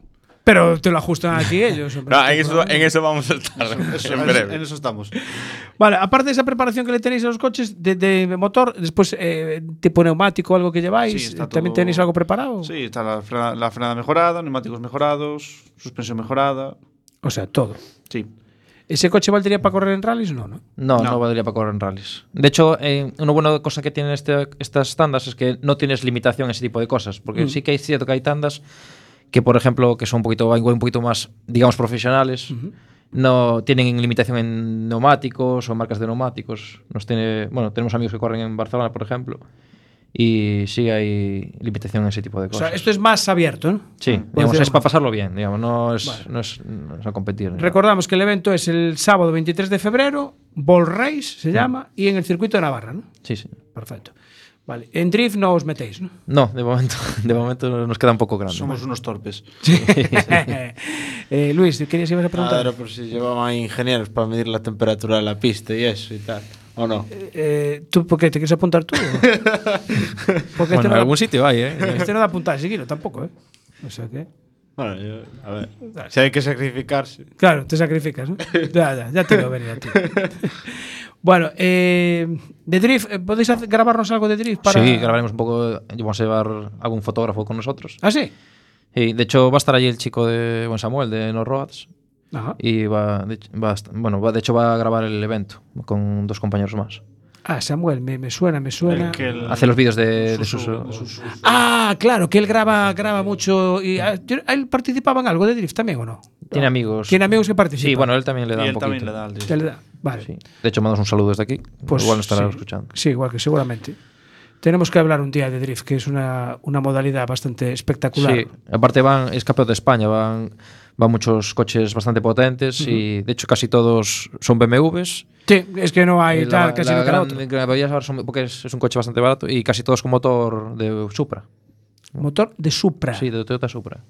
A: Pero te lo ajustan aquí ellos. hombre.
J: No, en eso, en eso vamos a estar en breve.
L: En eso estamos.
A: Vale, aparte de esa preparación que le tenéis a los coches de, de motor, después eh, tipo neumático, algo que lleváis,
L: Sí, está
A: ¿también
L: todo-
A: tenéis algo preparado?
L: Sí, está la, frena- la frenada mejorada, neumáticos mejorados, suspensión mejorada.
A: O sea, todo.
L: Sí.
A: ¿Ese coche valdría para correr en rallies? No, no.
M: No, no, valdría para correr en rallies. De hecho, eh, una buena cosa que tienen este- estas tandas es que no tienes limitación a ese tipo de cosas. Porque
A: Mm.
M: sí que es cierto que hay tandas que, por ejemplo, que son un poquito, igual un poquito más, digamos, profesionales. No tienen limitación en neumáticos o marcas de neumáticos. Nos tiene, bueno, tenemos amigos que corren en Barcelona, por ejemplo. Y sí hay limitación en ese tipo de
A: O
M: cosas.
A: sea, esto es más abierto, ¿no?
M: Sí,
A: Por
M: digamos,
A: decirlo
M: es para pasarlo bien, digamos, no es, no es, no es a competir. ni nada.
A: Recordamos que el evento es el sábado 23 de febrero, Ball Race se
M: Mm.
A: llama, y en el circuito de Navarra, ¿no?
M: Sí, sí.
A: Perfecto. Vale, en drift no os metéis, ¿no?
M: No, de momento, de momento nos queda un poco grande.
L: Somos unos torpes.
A: Eh, Luis, ¿querías ibas a preguntar?
L: Claro, pero Ah, si llevaban ahí ingenieros para medir la temperatura de la pista y eso y tal. ¿O no?
A: Eh, ¿Tú por qué te quieres apuntar tú? Porque
L: Bueno, en algún sitio hay, ¿eh?
A: Este no da apuntar, seguirlo tampoco, ¿eh? O sea que.
L: Bueno, yo, a ver. Si hay que sacrificarse.
A: Claro, te sacrificas, ¿no? ya, ya, ya te veo venir a ti. bueno, eh, de Drift, eh, ¿podéis hacer- grabarnos algo de Drift? Para...
M: Sí, grabaremos un poco, eh, vamos a llevar algún fotógrafo con nosotros.
A: ¿Ah, sí?
M: Y, de hecho, va a estar allí el chico de Buen Samuel, de No Roads.
A: Ajá.
M: Y va, de, hecho- va a est- bueno, va- de hecho va a grabar el evento con dos compañeros más.
A: Ah, Samuel, me, me suena, me suena.
M: Hace los vídeos de, de sus...
A: Ah, claro, que él graba, graba mucho. Y, ah, yo- ¿Él participaba en algo de Drift también o no?
M: Tiene amigos.
A: Tiene amigos que participan.
M: Sí, bueno, él también le da
A: Y
M: un
A: él
M: poquito.
A: también le da al disco. Él le da, vale.
M: Sí. De hecho, mandamos un saludo desde aquí.
A: Pues
M: Igual no estará
A: sí.
M: escuchando.
A: Sí, igual que seguramente. Tenemos que hablar un día de Drift, que es una, una modalidad bastante espectacular.
M: Sí, aparte van, es campeón de España, van, van muchos coches bastante potentes y de hecho casi todos son BMWs.
A: Sí, es que no hay
M: Eh,
A: tal, casi no queda
M: gran-
A: otro.
M: gran mayoría ahora son- porque es, es un coche bastante barato y casi todos con motor de Supra.
A: Motor de Supra.
M: Sí, de Toyota Supra.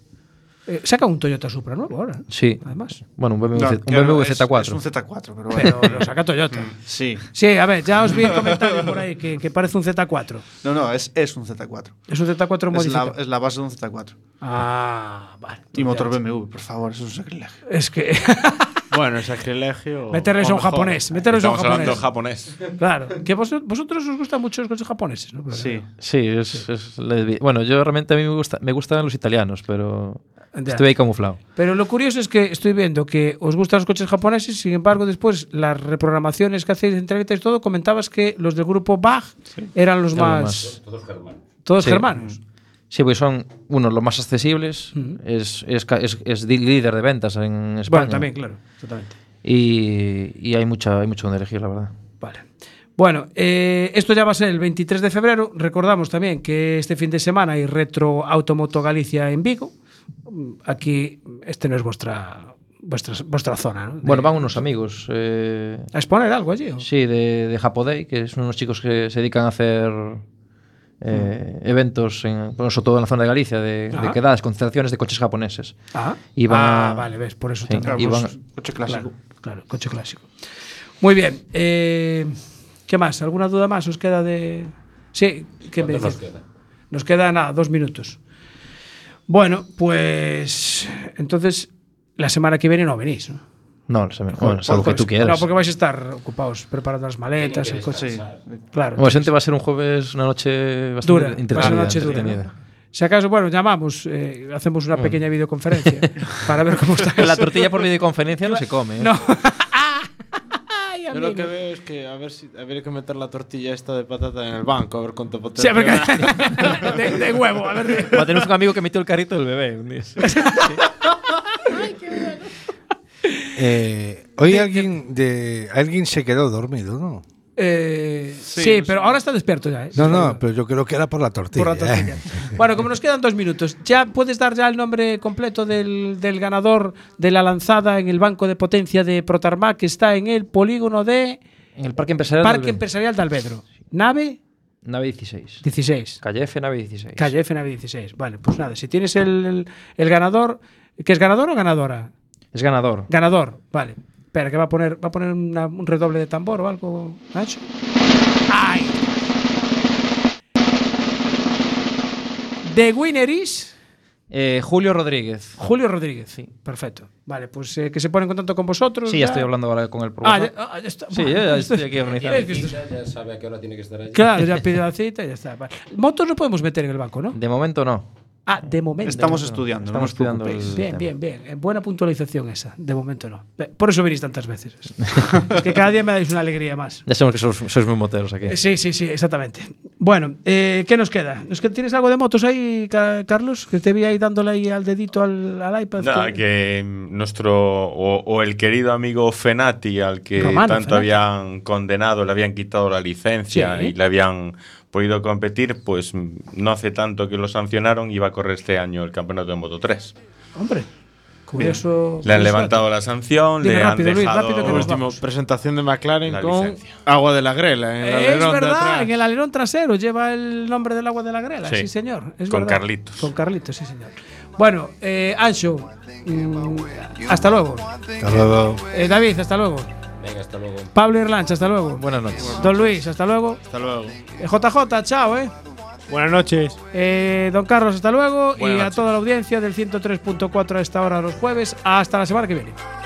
A: Eh, saca un Toyota Supra nuevo ahora.
M: Sí.
A: Además.
M: Bueno, un BMW,
L: No,
M: Z- un
L: claro,
M: BMW
L: es-
M: Z4.
L: es un Z4, pero Mm.
A: bueno. Pero lo saca Toyota.
L: Sí.
A: Sí, a ver, ya os vi el comentario por ahí que, que parece un Z4.
L: No, no, es, es un Z4.
A: Es un Z4
L: es la,
A: modificado.
L: es la base de un Z4.
A: Ah, vale.
L: Y motor BMW, por favor, eso es un sacrilegio.
A: Es que.
L: bueno, sacrilegio.
A: Meterles a un japonés. Meterles a un
J: Estamos
A: japonés.
J: hablando japonés.
A: Claro. Que vos- vosotros os gustan mucho los coches japoneses, ¿no? Pero-
L: Sí.
M: Sí, es, es la de- bueno, yo realmente a mí me, gusta, me gustan los italianos, pero
A: Ya.
M: estuve ahí camuflado.
A: Pero lo curioso es que estoy viendo que os gustan los coches japoneses, sin embargo, después las reprogramaciones que hacéis en entrevistas y todo, comentabas que los del grupo Bach eran los
M: Eran los
A: más.
M: más-
A: Todos germanos. Todos
M: Sí.
A: germanos.
M: Sí, pues son, uno, los más accesibles,
A: Ujú.
M: es, es, ca- es- es di- líder de ventas en España.
A: Bueno, también, claro, totalmente.
M: Y, y hay, mucha, hay mucho donde elegir, la verdad.
A: Vale. Bueno, eh, esto ya va a ser el 23 de febrero. Recordamos también que este fin de semana hay Retro Automoto Galicia en Vigo. Mm, Aquí, este no es vuestra, vuestra, vuestra zona, ¿no? De-
M: Bueno, van unos amigos. eh,
A: ¿A exponer algo allí? o?
M: Sí, de, de Japodei, que son unos chicos que se dedican a hacer
A: Ah.
M: eh, eventos, en, bueno, sobre todo en la zona de Galicia, de, de
A: Ajá.
M: quedadas, concentraciones de coches japoneses.
A: Ah,
M: Y van
A: Ah,
M: a-
A: vale, ves, por eso
M: Sí,
A: también.
M: y van-
L: pues, coche clásico.
A: Claro, claro, coche clásico. Muy bien. eh, ¿Qué más? ¿Alguna duda más os queda de...? Sí, ¿qué me
O: ¿Cuánto nos
A: dices? Nos queda nada, dos minutos. Bueno, pues entonces la semana que viene no venís, ¿no?
M: No, no sé, bueno, salvo que
A: Porque-
M: tú quieras.
A: No, porque vais a estar ocupados preparando las maletas,
M: Tienen
A: el
M: que
A: coche.
M: descansar.
A: Claro.
M: Bueno, este va a ser un jueves, una noche bastante
A: Dura, va a ser
M: entretenida.
A: una noche dura,
M: entretenida.
A: ¿no? Si acaso, bueno, llamamos, eh, hacemos una
M: Bueno.
A: pequeña videoconferencia para ver cómo está.
M: Mm. La tortilla por videoconferencia no se come. ¿eh?
A: No. Ah.
L: Yo lo que veo es que a ver si habría que meter la tortilla esta de patata en el banco, a ver cuánto potencia.
A: Sí, a ver qué- de- de huevo, a ver de-
M: Bueno, tenemos un amigo que metió el carrito del bebé. un día.
E: Eh, hoy alguien, de, alguien se quedó dormido, ¿no?
A: Eh, sí,
E: Sí, no
A: pero ahora está despierto ya. ¿eh?
E: No, no, pero yo creo que era por la tortilla.
A: Por la tortilla.
E: ¿eh?
A: Bueno, como nos quedan dos minutos, ¿ya puedes dar ya el nombre completo del, del ganador de la lanzada en el banco de potencia de Protarma que está en el polígono de
M: En el Parque Empresarial. de
A: Parque
M: Albe-
A: Empresarial de Albedro? ¿Nave?
M: Nave 16.
A: 16.
M: Calle F, nave 16.
A: Calle FNA 16. Vale, pues nada, si tienes el, el- el ganador, ¿que es ganador o ganadora?
M: Es ganador.
A: Ganador, vale. Espera, que va a poner, va a poner una- un redoble de tambor o algo, Nacho. ¡Ay! The winner is
M: Eh, Julio Rodríguez.
A: Julio Rodríguez. Sí, perfecto. Vale, pues eh, que se pone en contacto con vosotros.
M: Sí, ya estoy hablando ahora con el
A: Ah,
M: programa.
A: ya, ah, ya está.
M: Sí, ya, ya estoy aquí organizando.
C: Ya sabe a qué hora tiene que estar allí.
A: Claro, ya pide la cita y ya está. Vale. Motos no podemos meter en el banco, ¿no?
M: De momento no.
A: Ah, de momento.
M: Estamos estudiando, no Estamos os estudiando preocupéis. el
A: Bien,
M: tema.
A: bien, bien. Eh, Buena puntualización esa. De momento no. Ve, Por eso venís tantas veces. Es que cada día me dais una alegría más.
M: Ya sabemos que sois, sois muy moteros aquí.
A: Eh, Sí, sí, sí, exactamente. Bueno, eh, ¿qué nos queda? ¿Nos queda- ¿Tienes algo de motos ahí, Ca- Carlos? Que te vi ahí dándole ahí al dedito al, al iPad.
J: Nada,
A: que-
J: que mm, nuestro o, o el querido amigo Fenati, al que
A: Romano
J: tanto
A: Fenati.
J: habían condenado, le habían quitado la licencia
A: Sí.
J: y le habían podido competir, pues mm, no hace tanto que lo sancionaron y va a correr este año el campeonato de Moto 3.
A: Hombre, curioso.
J: Le han levantado la sanción,
A: Dime
J: le han
A: rápido, Luis,
J: dejado
A: rápido, que nos
J: último-
A: vamos.
L: Presentación de McLaren
J: La
L: con agua de la grela. En el
A: Es
L: alerón de
A: verdad,
L: atrás.
A: en el alerón trasero lleva el nombre del agua de la grela, sí,
L: Sí.
A: señor. es
J: Con
A: verdad.
J: Carlitos.
A: Con Carlitos, sí, señor. Bueno, eh, Ancho, mm, hasta luego.
E: Hasta luego.
A: Eh, David, hasta luego.
C: Venga, hasta luego.
A: Pablo Irlanch, hasta luego.
M: Buenas noches.
A: Don Luis, hasta luego.
L: Hasta luego.
A: Eh, JJ, chao, eh.
F: Buenas noches.
A: Eh, don Carlos, hasta luego.
F: Buenas
A: y a
F: noches.
A: toda la audiencia del 103.4 a esta hora los jueves. Hasta la semana que viene.